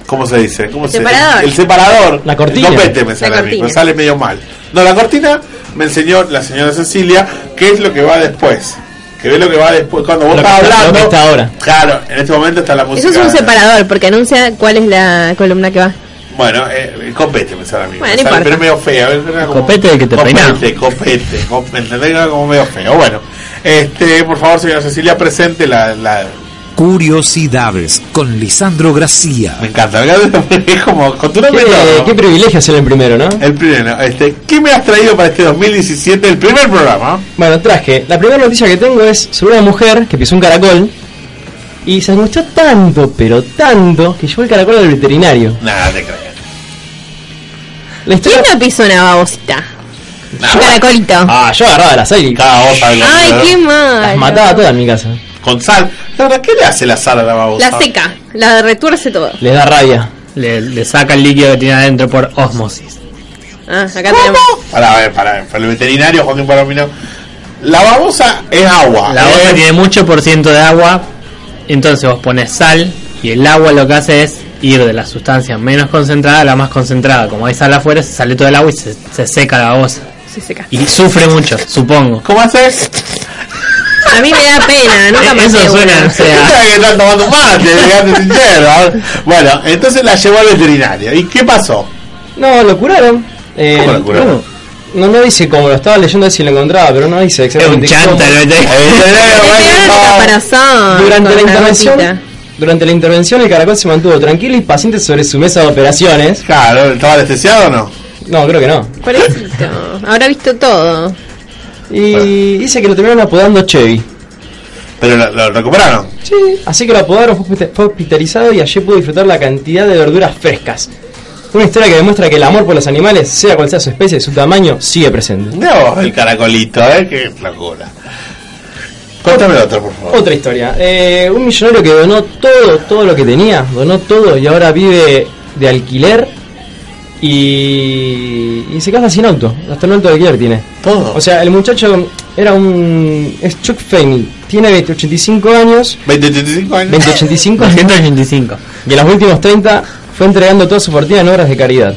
S9: ¿Cómo se dice? ¿Cómo se-
S11: Separador.
S9: el separador.
S19: La cortina.
S9: El copete me
S19: La
S9: sale a mí,
S19: cortina.
S9: me sale medio mal. No, la cortina me enseñó la señora Cecilia, que es lo que va después. Que ve lo que va después. Cuando vos
S19: Lo que
S9: estás
S19: está- lo
S9: hablando.
S19: que está ahora.
S9: Claro, en este momento está la
S11: Eso
S9: música.
S11: es un separador porque anuncia cuál es la columna que va.
S9: Bueno, eh, el copete me sale a mí.
S11: Bueno,
S9: me
S11: no
S9: sale,
S11: importa.
S9: pero es medio feo. es una como-
S17: Copete el que te
S9: copete,
S17: peinaba.
S9: Copete, copete. ¿Entendés? Era como medio feo. Bueno, este, por favor, señora Cecilia, presente la. la
S4: Curiosidades con Lisandro Gracia.
S9: me encanta, <laughs> es como con tu
S19: Qué,
S9: nombre todo.
S19: qué privilegio hacer el primero, ¿no?
S9: El primero, este, ¿qué me has traído para este 2017? El primer programa.
S19: Bueno, traje. La primera noticia que tengo es sobre una mujer que pisó un caracol y se angustió tanto, pero tanto, que llevó el caracol al veterinario.
S9: Nada, te creo.
S11: ¿Quién no pisó una babosita? Un caracolito.
S19: Ah, yo agarraba las seis.
S9: Cada
S11: Ay, qué mal.
S19: Mataba todas en mi casa.
S9: con sal. La verdad, ¿qué le hace la sal a la babosa?
S11: La seca, la retuerce todo.
S12: Le da rabia. Le, le saca el líquido que tiene adentro por osmosis.
S11: Ah, acá tenemos.
S9: Para ver, para ver, para el veterinario Joaquín Palomino. La babosa es agua. Eh,
S12: La
S10: Eh.
S12: babosa tiene mucho por ciento de agua. Entonces vos pones sal y el agua lo que hace es ir de la sustancia menos concentrada a la más concentrada. Como hay sal afuera, se sale todo el agua y se, se seca la babosa.
S11: Se seca.
S12: Y sufre mucho, supongo.
S9: ¿Cómo haces?
S11: A mí me da pena, nunca me
S12: Eso suena, o sea.
S9: que están tomando mate, digamos, sincero. ¿eh? Bueno, entonces la llevó al veterinario. ¿Y qué pasó?
S10: No, lo curaron. Eh,
S9: ¿Cómo lo curaron?
S10: bueno, No, no dice cómo, lo estaba leyendo a ver si lo encontraba, pero no dice exactamente.
S12: chanta
S10: cómo.
S12: el veterinario.
S9: El
S10: Durante la
S11: con la
S10: intervención.
S11: ropita.
S10: Durante la intervención el caracol se mantuvo tranquilo y paciente sobre su mesa de operaciones.
S9: Claro, ¿estaba anestesiado o no?
S10: No, creo que no.
S11: Pobrecito, habrá visto todo.
S10: Y dice que lo terminaron apodando Chevy.
S9: Pero lo, lo recuperaron.
S10: Sí. Así que lo apodaron, fue hospi- fue hospitalizado y allí pudo disfrutar la cantidad de verduras frescas. Una historia que demuestra que el amor por los animales, sea cual sea su especie y su tamaño, sigue presente.
S9: No, <laughs> el caracolito, ¿eh? Qué locura. Cuéntame otra, por favor.
S10: Otra historia. Eh, un millonario que donó todo, todo lo que tenía, donó todo y ahora vive de alquiler y, y se casa sin auto. Hasta el auto de alquiler tiene.
S9: Todo.
S10: O sea, el muchacho era un... es Chuck Feeney. Tiene 20, 85 años.
S9: 20, 35 años.
S10: 20, 85
S12: 185.
S10: Y en los últimos 30 fue entregando toda su fortuna en obras de caridad.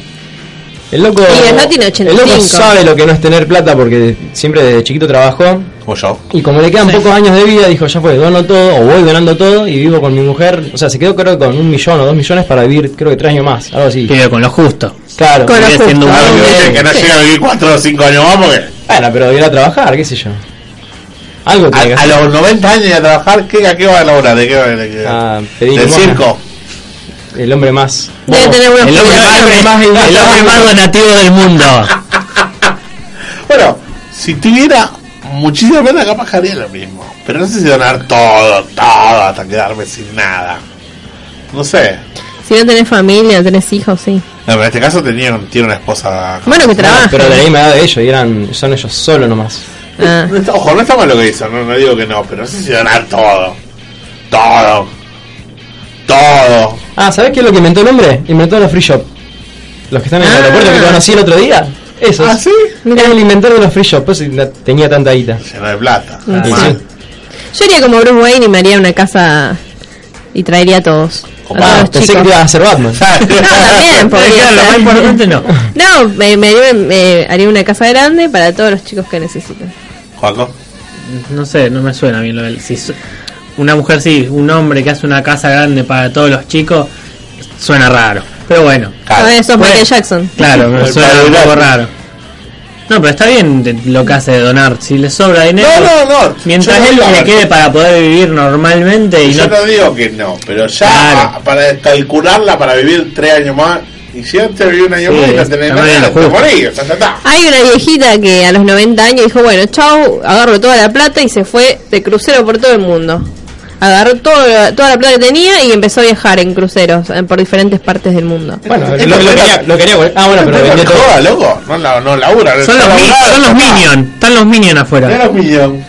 S10: El loco,
S11: Y el no tiene 85.
S10: el loco sabe lo que no es tener plata porque siempre desde chiquito trabajó.
S9: Como Ah, pues yo.
S10: Y como le quedan pocos años de vida, dijo, ya fue, dono todo, o voy donando todo y vivo con mi mujer. O sea, se quedó creo con un millón o dos millones para vivir creo que tres años más, algo así.
S12: Queda con lo justo.
S10: Claro.
S12: Con lo Sigue siendo justo.
S9: Claro,
S12: un hombre.
S9: que, que Ah, no
S12: Sí.
S9: llega a vivir 4 o 5 años más porque.
S10: Bueno, pero ir a trabajar, qué sé yo. Algo tiene que
S9: A, a
S10: hacer.
S9: los 90 años y a trabajar, ¿qué, ¿a qué va a laburar? ¿De qué va? ¿De qué va?
S10: Ah, pedí
S9: ¿Del
S10: limosna.
S9: circo?
S10: El hombre más.
S11: Debe tener buenos
S12: El hombre más,
S11: pulmones.
S12: el hombre más donativo del mundo.
S9: <laughs> Bueno, si tuviera muchísima plata, capaz que haría lo mismo. Pero no sé si donar todo, todo, hasta quedarme sin nada. No sé.
S11: Si no tenés familia, tenés hijos, sí.
S9: No, pero en este caso tenía, tiene una esposa.
S11: Bueno, que
S10: No,
S11: trabaja.
S10: pero de la misma edad de ellos y eran, son ellos solos nomás.
S11: Ah.
S9: No está- ojo, no está mal lo que hizo, no, no digo que no, pero no sé si donar todo. Todo. Todo.
S10: Ah, ¿sabés qué es lo que inventó el hombre? Inventó los free shop. Los que están en el
S11: Ah.
S10: aeropuerto que conocí el otro día. Eso.
S9: ¿Ah, sí?
S10: Era el inventor de los free shop, por eso la- tenía tanta guita.
S9: Lleno de plata.
S11: Ah,
S10: Y
S9: Mal.
S10: sí,
S11: Yo iría como Bruce Wayne y me haría una casa y traería a todos. A
S9: Ah,
S11: todos los
S10: Pensé que
S11: chicos.
S10: te ibas a hacer Batman.
S11: No,
S9: <laughs>
S11: también podría
S12: Claro, lo más
S11: ser.
S12: importante no.
S11: No, me, me haría- me haría una casa grande para todos los chicos que necesitan.
S9: Juaco.
S12: No sé, no me suena bien lo del. Si su- una mujer sí, un hombre que hace una casa grande para todos los chicos, suena raro. Pero bueno,
S11: A ver, sos
S12: Bueno.
S11: Ah, Michael Jackson. <laughs>
S12: claro, me
S9: El
S12: suena un
S9: padulato.
S12: poco raro. No, pero está bien de- lo que hace de donar. Si le sobra dinero,
S9: No, no, no.
S12: mientras
S9: Yo no
S12: él
S9: digo, a
S12: le
S9: ver,
S12: quede para poder vivir normalmente y
S9: Yo
S12: no.
S9: no digo que no, pero ya
S12: Claro.
S9: ah, para calcularla, para vivir tres años más, y si antes viví un año
S12: Sí,
S9: más y no tenés
S12: no
S9: nada,
S12: me
S9: no
S12: lo
S9: te
S12: juro.
S9: morís, ya está.
S11: Hay una viejita que a los 90 años dijo, bueno, chau, agarro toda la plata y se fue de crucero por todo el mundo. Agarró todo- toda la plata que tenía y empezó a viajar en cruceros eh, por diferentes partes del mundo.
S10: Bueno,
S9: Es
S10: lo,
S9: lo
S10: lo
S9: que
S10: quería,
S9: pasa.
S10: lo quería, bueno. Ah, bueno, pero
S9: Pero
S10: vendió
S9: no
S10: todo.
S9: joda, loco. No, la- no labura. no
S12: Son los,
S9: está
S12: mi-
S9: laburando,
S12: son los
S9: está.
S12: minions, están los minions
S9: Son
S12: afuera.
S9: los minions.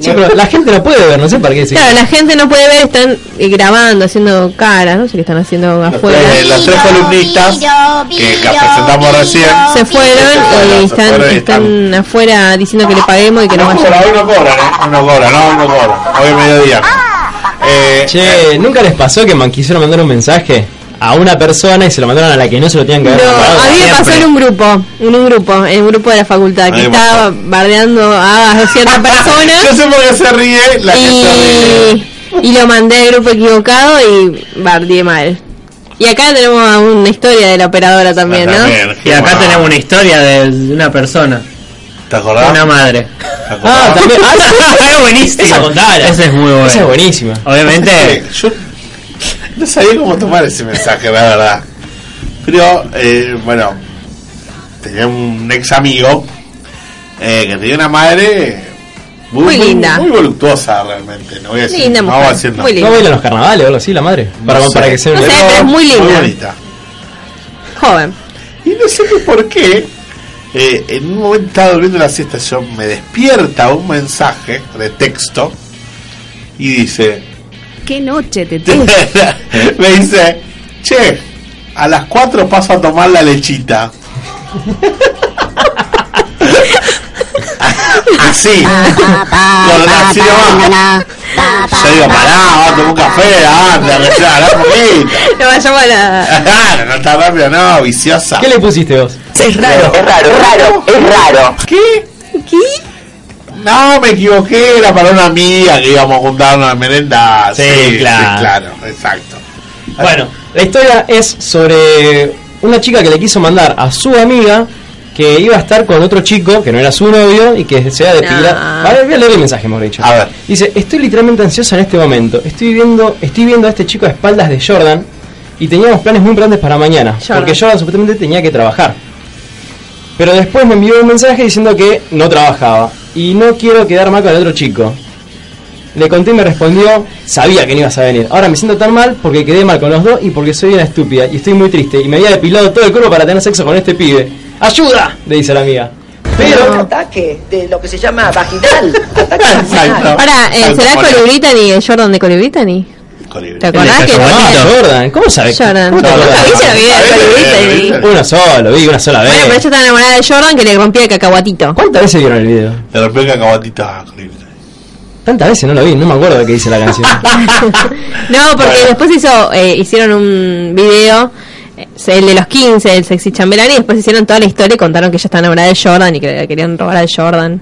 S10: Sí, pero la gente no puede ver, no sé para qué decir.
S11: Claro, la gente no puede ver, están eh, grabando, haciendo caras, no sé qué están haciendo afuera.
S9: Eh, los tres columnistas que, que presentamos recién Este
S11: Se fueron y
S9: fueron, se fueron
S11: están,
S9: y están-
S11: están afuera diciendo que le paguemos y que no
S9: no
S11: vayan.
S9: cobran, hoy Ah, no cobran, eh. Hoy no cobran, no, hoy no cobran. Hoy es mediodía. Eh,
S10: Che, ¿nunca les pasó que man quisieron mandar un mensaje a una persona y se lo mandaron a la que no se lo tenían que haber
S11: No,
S9: eh,
S10: mandado?
S11: a mí me pasó en un grupo, en un grupo, en un grupo de la facultad,
S9: A
S11: que
S9: mí me pasó.
S11: estaba bardeando a
S9: <laughs>
S11: cierta
S9: Yo
S11: persona
S9: sé por qué se ríe la que se
S11: y,
S9: ríe.
S11: y lo mandé al grupo equivocado y bardeé mal. Y acá tenemos a una historia de la operadora también, ¿no?
S9: También,
S12: Y acá
S9: Gemma.
S12: tenemos una historia de de una persona,
S9: ¿Te acordás?
S12: una madre.
S9: ¿Te acordás?
S10: Ah, también. Ah,
S12: <laughs> es buenísimo.
S10: esa contala.
S12: Esa es muy buena.
S10: Esa es buenísima.
S12: Obviamente,
S9: <laughs> Sí, yo no sabía cómo tomar ese mensaje, la verdad. Pero, eh, bueno, tenía un ex amigo eh, que tenía una madre muy,
S11: Muy linda.
S9: Muy, voluptuosa, realmente. No voy a decir,
S11: Linda
S9: no
S11: mujer,
S9: voy a decir no.
S11: muy linda.
S10: ¿No bailan los carnavales o algo así, la madre? Para,
S9: No sé.
S10: para que se
S11: No sé, pero es muy
S9: Muy
S11: linda.
S9: bonita.
S11: Joven.
S9: Y no sé qué por qué. eh, en un momento estaba durmiendo la siesta, yo me despierta un mensaje de texto y dice,
S8: ¿Qué noche
S11: <laughs>
S8: te tengo?
S9: <laughs> me dice, che, a las 4 paso a tomar la lechita. <laughs> así, ah, <laughs> con así nomás. Yo digo, pará, va a tomar un café, anda, respira, anda un poquito.
S11: No vayamos a
S9: ah,
S11: la.
S9: <laughs> Claro, no está rápido, no, viciosa.
S10: ¿Qué le pusiste vos?
S9: Es raro, es raro, es raro, es raro. ¿Qué?
S11: ¿Qué?
S9: No, me equivoqué, era para una amiga que íbamos a juntar una merenda.
S10: Sí, claro.
S9: exacto.
S10: Bueno, la historia es sobre una chica que le quiso mandar a su amiga que iba a estar con otro chico que no era su novio y que se ha de pila. A ver, voy a leer el mensaje, hemos dicho. A ver. Dice, estoy literalmente ansiosa en este momento. Estoy viendo, estoy viendo a este chico a espaldas de Jordan y teníamos planes muy grandes para mañana.
S11: Jordan.
S10: Porque Jordan supuestamente tenía que trabajar. Pero después me envió un mensaje diciendo que no trabajaba y no quiero quedar mal con el otro chico. Le conté y me respondió, sabía que no ibas a venir. Ahora me siento tan mal porque quedé mal con los dos y porque soy una estúpida y estoy muy triste y me había depilado todo el cuerpo para tener sexo con este pibe. ¡Ayuda! le dice la amiga.
S20: Pero un ataque de lo que se llama vaginal. Ataque vaginal.
S11: Ahora, eh, ¿será Colibritani el Jordan de Colibritani? ¿Te acordás que
S10: Jordan,
S11: tenía-
S10: Jordan, ¿cómo sabes?
S11: Ah, Jordan.
S10: ¿Cómo te
S11: Nunca
S10: acordás?
S11: viste la vida de Colibritani.
S10: Una sola, lo vi una sola
S11: Bueno, pero
S10: vez.
S11: ella está enamorada de Jordan que le rompía el cacahuatito.
S10: ¿Cuántas veces vieron el video?
S9: Le rompió el cacahuatito a
S10: Tantas veces no lo vi, no me acuerdo de qué dice la canción.
S11: <laughs> No, porque después hizo, eh, hicieron un video, eh, el de los 15, el sexy chambelán, y después hicieron toda la historia y contaron que ella está enamorada de Jordan y que le querían robar al Jordan.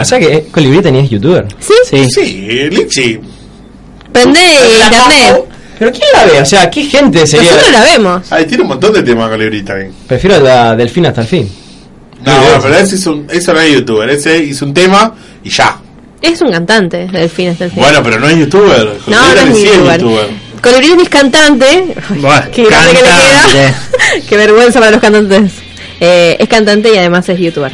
S10: O sea que eh, Colibrí tenías youtuber.
S11: ¿Sí?
S10: Sí.
S9: Sí, Lichi.
S11: Prende internet.
S10: Pero ¿quién la ve? O sea, ¿qué gente sería?
S11: Nosotros la vemos.
S9: Ay, tiene un montón de temas Colibrí también.
S10: Prefiero la Delfina hasta el fin.
S9: No, bueno, pero ese, es un, ese no es youtuber, ese hizo un tema y ya.
S11: Es un cantante, Delfín hasta el fin.
S9: Bueno, pero no es youtuber.
S11: No,
S9: Colibrí
S11: no es
S9: sí
S11: youtuber. Colibrí es cantante,
S12: Bueno,
S11: Qué grande que le
S12: cantante.
S11: <laughs> qué vergüenza para los cantantes. Eh, es cantante y además es youtuber.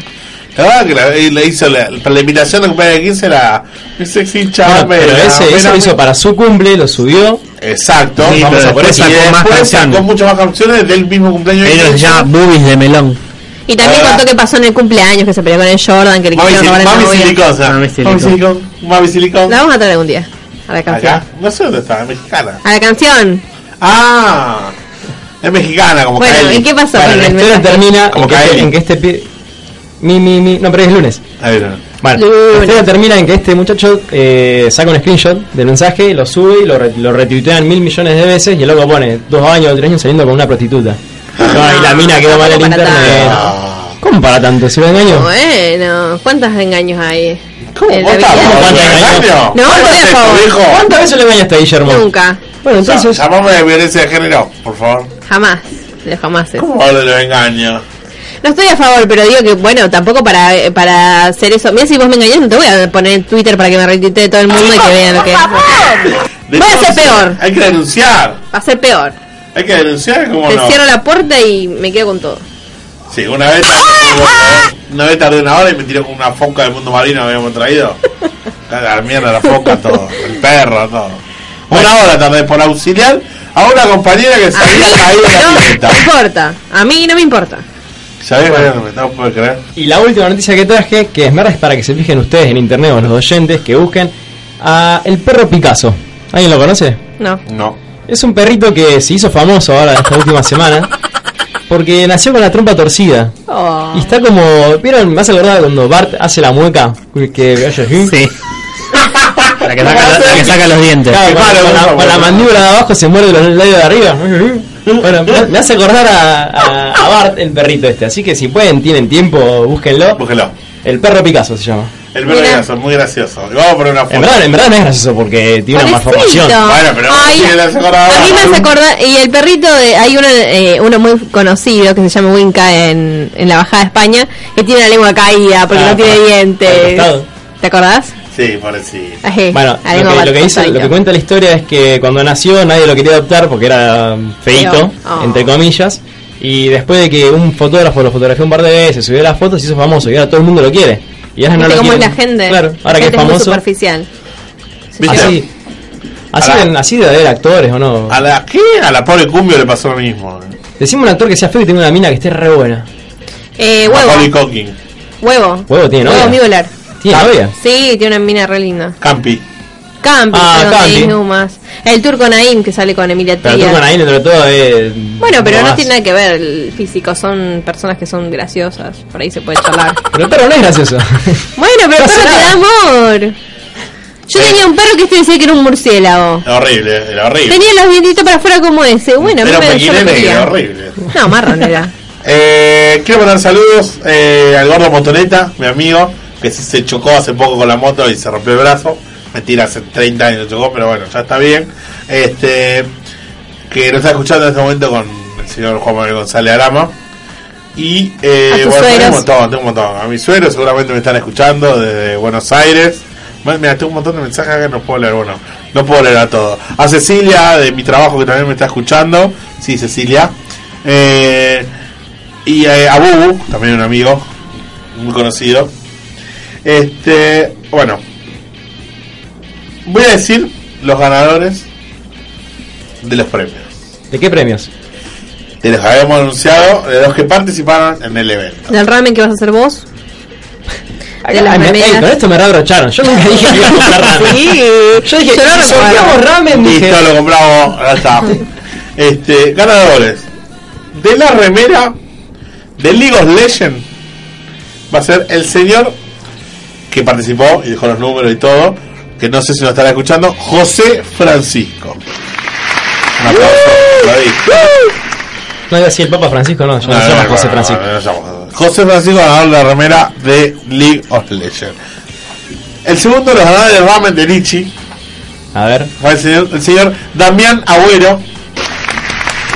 S9: La verdad que la, y le hizo la, para la invitación de cumpleaños de 15 era el sexy
S10: Bueno,
S9: chame.
S10: Ah, pero
S9: la-
S10: ese, ese
S9: Ah, mira,
S10: lo hizo para su cumple, lo subió.
S9: Exacto.
S10: Sí,
S9: Vamos
S10: pero
S9: a por
S10: después
S9: eso.
S10: sacó
S9: Y
S10: más
S9: después
S10: canciones.
S9: sacó muchas más canciones del mismo cumpleaños.
S12: Pero se llama Boobies de Melón.
S11: Y también
S9: Ah.
S11: contó que pasó en el cumpleaños, que se peleó con el Jordan, que le
S9: Mami,
S11: quisieron robar
S9: Sil-
S11: el
S9: Mami ¿eh?
S11: novio.
S9: Silicosa. Mami
S12: Silicón.
S9: Silicón. Mami Silicón.
S11: La vamos a traer algún día. A la canción.
S9: Acá. No sé dónde está, es mexicana.
S11: A la canción.
S9: Ah, es mexicana como
S11: Bueno,
S9: Kaeli.
S11: ¿y qué pasó
S10: Bueno,
S11: con
S10: la
S11: el
S10: historia
S11: mensaje?
S10: termina
S9: Como
S10: en que,
S9: Kaeli.
S10: este, en que este pi- Mi, mi, mi. No, pero es lunes. Bueno,
S11: Lunes.
S10: la historia termina en que este muchacho eh, saca un screenshot del mensaje, lo sube y lo, re- lo retuitean mil millones de veces y el loco pone dos años o tres años saliendo con
S11: <laughs>
S10: una prostituta. No, y la mina quedó mal en
S11: para
S10: internet. ¿Cómo para tanto? ¿Se lo engañó?
S11: Bueno, ¿cuántos engaños hay? ¿Cómo?
S10: ¿Vos estás hablando de engaño?
S11: No, no,
S10: ¿Cuántas
S11: por
S10: veces,
S11: favor.
S10: viejo? ¿Cuántas veces le engañaste a Guillermo?
S11: Nunca.
S10: Bueno,
S9: entonces. Llamame de violencia de género, por favor.
S11: Jamás. De jamás.
S9: Hablo de los engaños.
S11: No estoy a favor, pero digo que, bueno, tampoco para, eh, para hacer eso. Mira, si vos me engañás, no te voy a poner en Twitter para que me retuitee todo el mundo y que vean lo que es. Voy a ser peor.
S9: Hay que denunciar.
S11: Va a ser peor.
S9: Hay que denunciar, ¿cómo
S11: Te
S9: no?
S11: cierro la puerta y me quedo con todo.
S9: Sí, una vez, tardé, una vez tardé una hora y me tiró con una foca del mundo marino que habíamos traído. A La mierda, la foca, todo. El perro, todo. Una hora tardé por auxiliar a una compañera que se había caído en la pileta.
S11: Ah, No importa. A mí no me importa.
S9: ¿Sabés, Mariano? No me no puedo creer.
S10: Y la última noticia que traje, que es verdad es para que se fijen ustedes en internet o los oyentes, que busquen a el perro Picasso. ¿Alguien lo conoce?
S11: No.
S9: No.
S10: Es un perrito que se hizo famoso ahora esta última semana, porque nació con la trompa torcida. Y está como, ¿vieron? ¿Me hace acordar cuando Bart hace la mueca? Que, que sí.
S12: La que saca, la que saca los dientes.
S10: Claro, con, con la, con la mandíbula de abajo se muerde los labios de arriba. Bueno, me, me hace acordar a, a- a Bart, el perrito este. Así que si pueden, tienen tiempo, búsquenlo.
S9: Búsquenlo.
S10: El perro Picasso se llama.
S9: El perro gracioso, muy gracioso. Y vamos a poner una foto.
S10: En verdad, en verdad no es gracioso porque tiene una malformación.
S9: Bueno, pero
S11: Ay,
S9: ¿quién la hace acordar?
S11: A mí me hace acordar, y el perrito, de, hay uno, eh, uno muy conocido que se llama Winca en, en la Bajada de España, que tiene la lengua caída porque
S10: Ah,
S11: no tiene
S10: para- para el
S11: dientes.
S10: costado.
S11: ¿Te acordás?
S9: Sí, pobrecito.
S11: Ajé,
S10: Bueno,
S11: la
S10: lo
S11: lengua
S10: que, lo que dice-
S11: baltosaña.
S10: lo que cuenta la historia es que cuando nació nadie lo quería adoptar porque era um, feito,
S11: Feo. Oh.
S10: entre comillas. Y después de que un fotógrafo lo fotografió un par de veces, subió las fotos, se hizo famoso y ahora todo el mundo lo quiere. Y ahora no
S11: ¿Viste
S10: lo
S11: cómo es
S10: quiere.
S11: la gente?
S10: Claro, ahora que
S11: La
S10: es
S11: gente muy
S10: famoso.
S11: superficial.
S10: Así, así, deben- así debe haber actores o no.
S9: ¿A la qué? A la pobre cumbia le pasó lo mismo.
S10: Decime un actor que sea feo y tenga una mina que esté re buena.
S11: Eh,
S9: Macaulay
S11: huevo,
S9: Culkin.
S11: huevo.
S10: Huevo tiene
S11: Huevo
S10: novia.
S11: Migolar.
S10: Tiene novia.
S11: Sí, tiene una mina re linda.
S9: Campi.
S11: campings,
S10: Ah,
S11: es donde hay
S10: camping.
S11: Numas. El turco Naim que sale con Emilia
S10: Pero tú
S11: Tía.
S10: con ahí dentro de todo es.
S11: Bueno, pero no
S10: más.
S11: tiene nada que ver el físico, son personas que son graciosas, por ahí se puede charlar.
S10: <laughs> Pero el perro no es gracioso.
S11: <laughs> Bueno, pero el perro te da amor. Yo
S10: Eh.
S11: tenía un perro que este decía que era un murciélago.
S9: Era horrible, era horrible.
S11: Tenía los dientitos para afuera como ese. Bueno, a mí
S9: Era un
S11: me yo lo
S9: pequinés negro,
S11: quería.
S9: horrible.
S11: No, marrón era.
S9: Eh, quiero mandar saludos eh, al gordo Motoneta, mi amigo, que sí se chocó hace poco con la moto y se rompió el brazo. Mentira, hace 30 años chocó, pero bueno, ya está bien. Este, que nos está escuchando en este momento con el señor Juan Manuel González Arama. Y
S11: A
S9: eh,
S11: tus
S9: bueno, tengo un
S11: suegros.
S9: montón, tengo un montón. A mis suegros seguramente me están escuchando desde Buenos Aires. Bueno, Mira, tengo un montón de mensajes acá que no puedo leer, bueno, no puedo leer a todo. A Cecilia de mi trabajo que también me está escuchando. Sí, Cecilia. Eh, y eh, a Bubu, también un amigo muy conocido. Este, bueno, voy a decir los ganadores de los premios.
S10: <laughs> ¿De qué premios?
S9: De los que habíamos anunciado, de los que participaron en el evento.
S11: ¿Del ramen que vas a hacer vos? De las
S10: Ay, me- ey, con
S11: remeras.
S10: esto me reabrocharon. Yo nunca dije que iba a
S11: <laughs>
S10: comprar ramen. Yo dije,
S11: Yo no
S10: "Y
S11: recuerdo.
S10: sorteamos ramen. dije.
S9: Listo, lo compramos. Ya
S10: <laughs>
S9: está. Este, ganadores. De la remera de League of Legends va a ser el señor que participó y dejó los números y todo. Que no sé si nos estará escuchando, José Francisco. Un aplauso, lo dije.
S10: No iba a decir el Papa Francisco, no. Yo no,
S9: No,
S10: se
S9: no,
S10: llama
S9: no,
S10: José
S9: no,
S10: Francisco.
S9: no, no, no, no, no. José Francisco ganador de la remera de League of Legends. El segundo los ganadores del ramen de Lichi.
S10: A ver.
S9: Fue el señor, el señor Damián Agüero.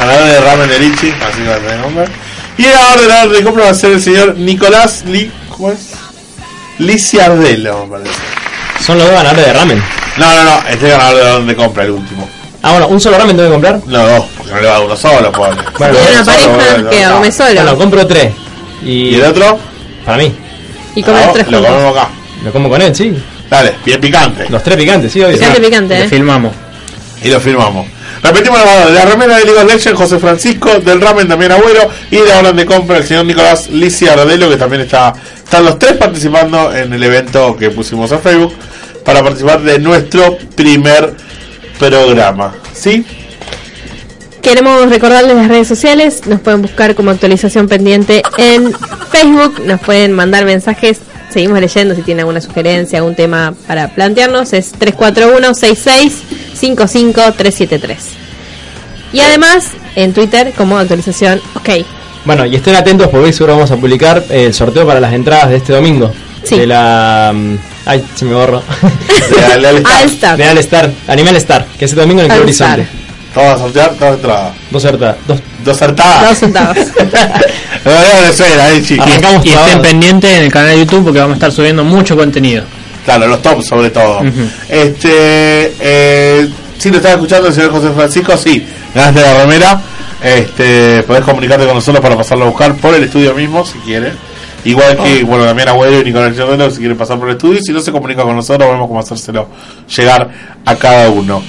S9: Ganador de ramen de Lichi. Así va a tener nombre. Y el ganador de la orden de compra va a ser el señor Nicolás Li, ¿cómo es? Lisiardelo, me parece.
S10: Son los dos ganadores de ramen.
S9: No, no, no. Este es ganador de la orden de compra, el último.
S10: Ah, bueno, ¿un solo ramen tengo que comprar?
S9: No, dos. Porque no le va a uno solo, pobre.
S10: Bueno,
S9: Uno
S10: una
S9: solo,
S10: pareja,
S9: boludo,
S11: queda,
S9: no.
S11: come solo.
S10: Bueno, compro tres. ¿Y,
S9: el otro?
S10: Para mí.
S11: Y comer
S9: No,
S11: tres
S9: Lo
S11: juntos.
S9: comemos acá.
S10: Lo como con él, sí.
S9: Dale, bien picante.
S10: Los tres picantes, sí, obvio.
S11: Picante, picante,
S10: Lo
S11: eh.
S10: filmamos.
S9: Y lo firmamos. Repetimos la mano, la remera de League of Legends, José Francisco, del ramen también Agüero, y de la orden de compra el señor Nicolás Licia Ardelo, que también está, están los tres participando en el evento que pusimos en Facebook para participar de nuestro primer programa. ¿Sí?
S11: Queremos recordarles las redes sociales, nos pueden buscar como actualización pendiente en Facebook, nos pueden mandar mensajes, seguimos leyendo si tienen alguna sugerencia, algún tema para plantearnos, es 341-66-55-373. Y además en Twitter como actualización, ok.
S10: Bueno, y estén atentos porque hoy seguro vamos a publicar eh, el sorteo para las entradas de este domingo.
S11: Sí.
S10: De la. mm, Ay, se me borro.
S9: De la
S11: All Star.
S10: De All Star. Animal Star, que es el domingo en el Club
S11: All
S10: Horizonte.
S9: Vamos a sortear dos entradas.
S10: Dos entradas. Dos.
S9: Dos entradas.
S11: Dos centavos.
S9: <laughs> Lo voy a decir, ahí, eh, chiqui.
S10: Arrancamos
S12: y estén
S10: trabados.
S12: pendientes en el canal de YouTube porque vamos a estar subiendo mucho contenido.
S9: Claro, los tops sobre todo. Este, eh, si lo estás escuchando el señor José Francisco, sí, ganaste la remera. Este, podés comunicarte con nosotros para pasarlo a buscar por el estudio mismo, si quieres. Igual
S11: Oh.
S9: que, bueno, también Agüero y Nicolás Giordano, si quieren pasar por el estudio. Y Si no se comunica con nosotros, vemos cómo hacérselo llegar a cada uno.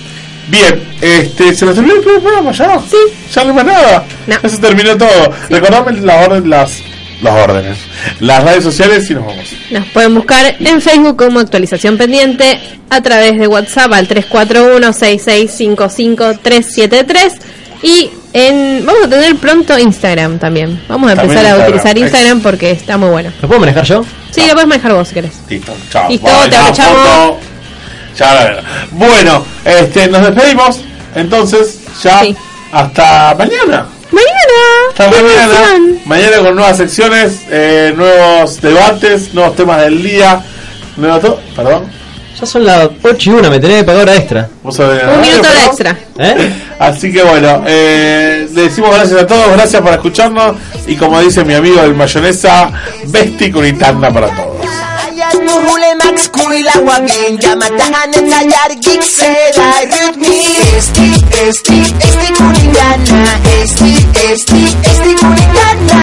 S9: Bien, este, ¿se nos terminó el primer programa ya? Sí. Ya no hay más nada. Ya se terminó todo. Recordame las órdenes, las, las órdenes. Las redes sociales y nos vamos.
S11: Nos pueden buscar en Facebook como actualización pendiente, a través de WhatsApp al 341-6655-373 y en, vamos a tener pronto Instagram también. Vamos a
S10: También
S11: empezar a
S10: Instagram,
S11: utilizar
S10: ex.
S11: Instagram porque está muy bueno.
S10: ¿Lo puedo manejar yo?
S11: Sí, lo puedes manejar vos si querés.
S9: Listo, chao.
S11: Listo,
S9: Bye,
S11: te
S9: chao,
S11: abrochamos.
S9: foto. Ya la verdad. Bueno, este, nos despedimos. Entonces, ya hasta mañana.
S11: Mañana.
S9: Hasta mañana. Mañana con nuevas secciones, eh, nuevos debates, nuevos temas del día. Nuevo to- Perdón.
S10: Ya son las 8 y 1, me tenés que pagar hora extra. ¿Eh?
S9: vos sabés,
S11: Un
S9: ¿no?
S11: minuto de
S9: ¿Perdón?
S11: extra.
S9: Así que bueno, eh, le decimos gracias a todos, gracias por escucharnos y como dice mi amigo el mayonesa, vesti con interna para todos.
S3: Hayat mo huli mag-school ako again Kamatahan at hayar gigsela Rhythmi Esti, esti, esti kuligana Esti, esti, esti kuligana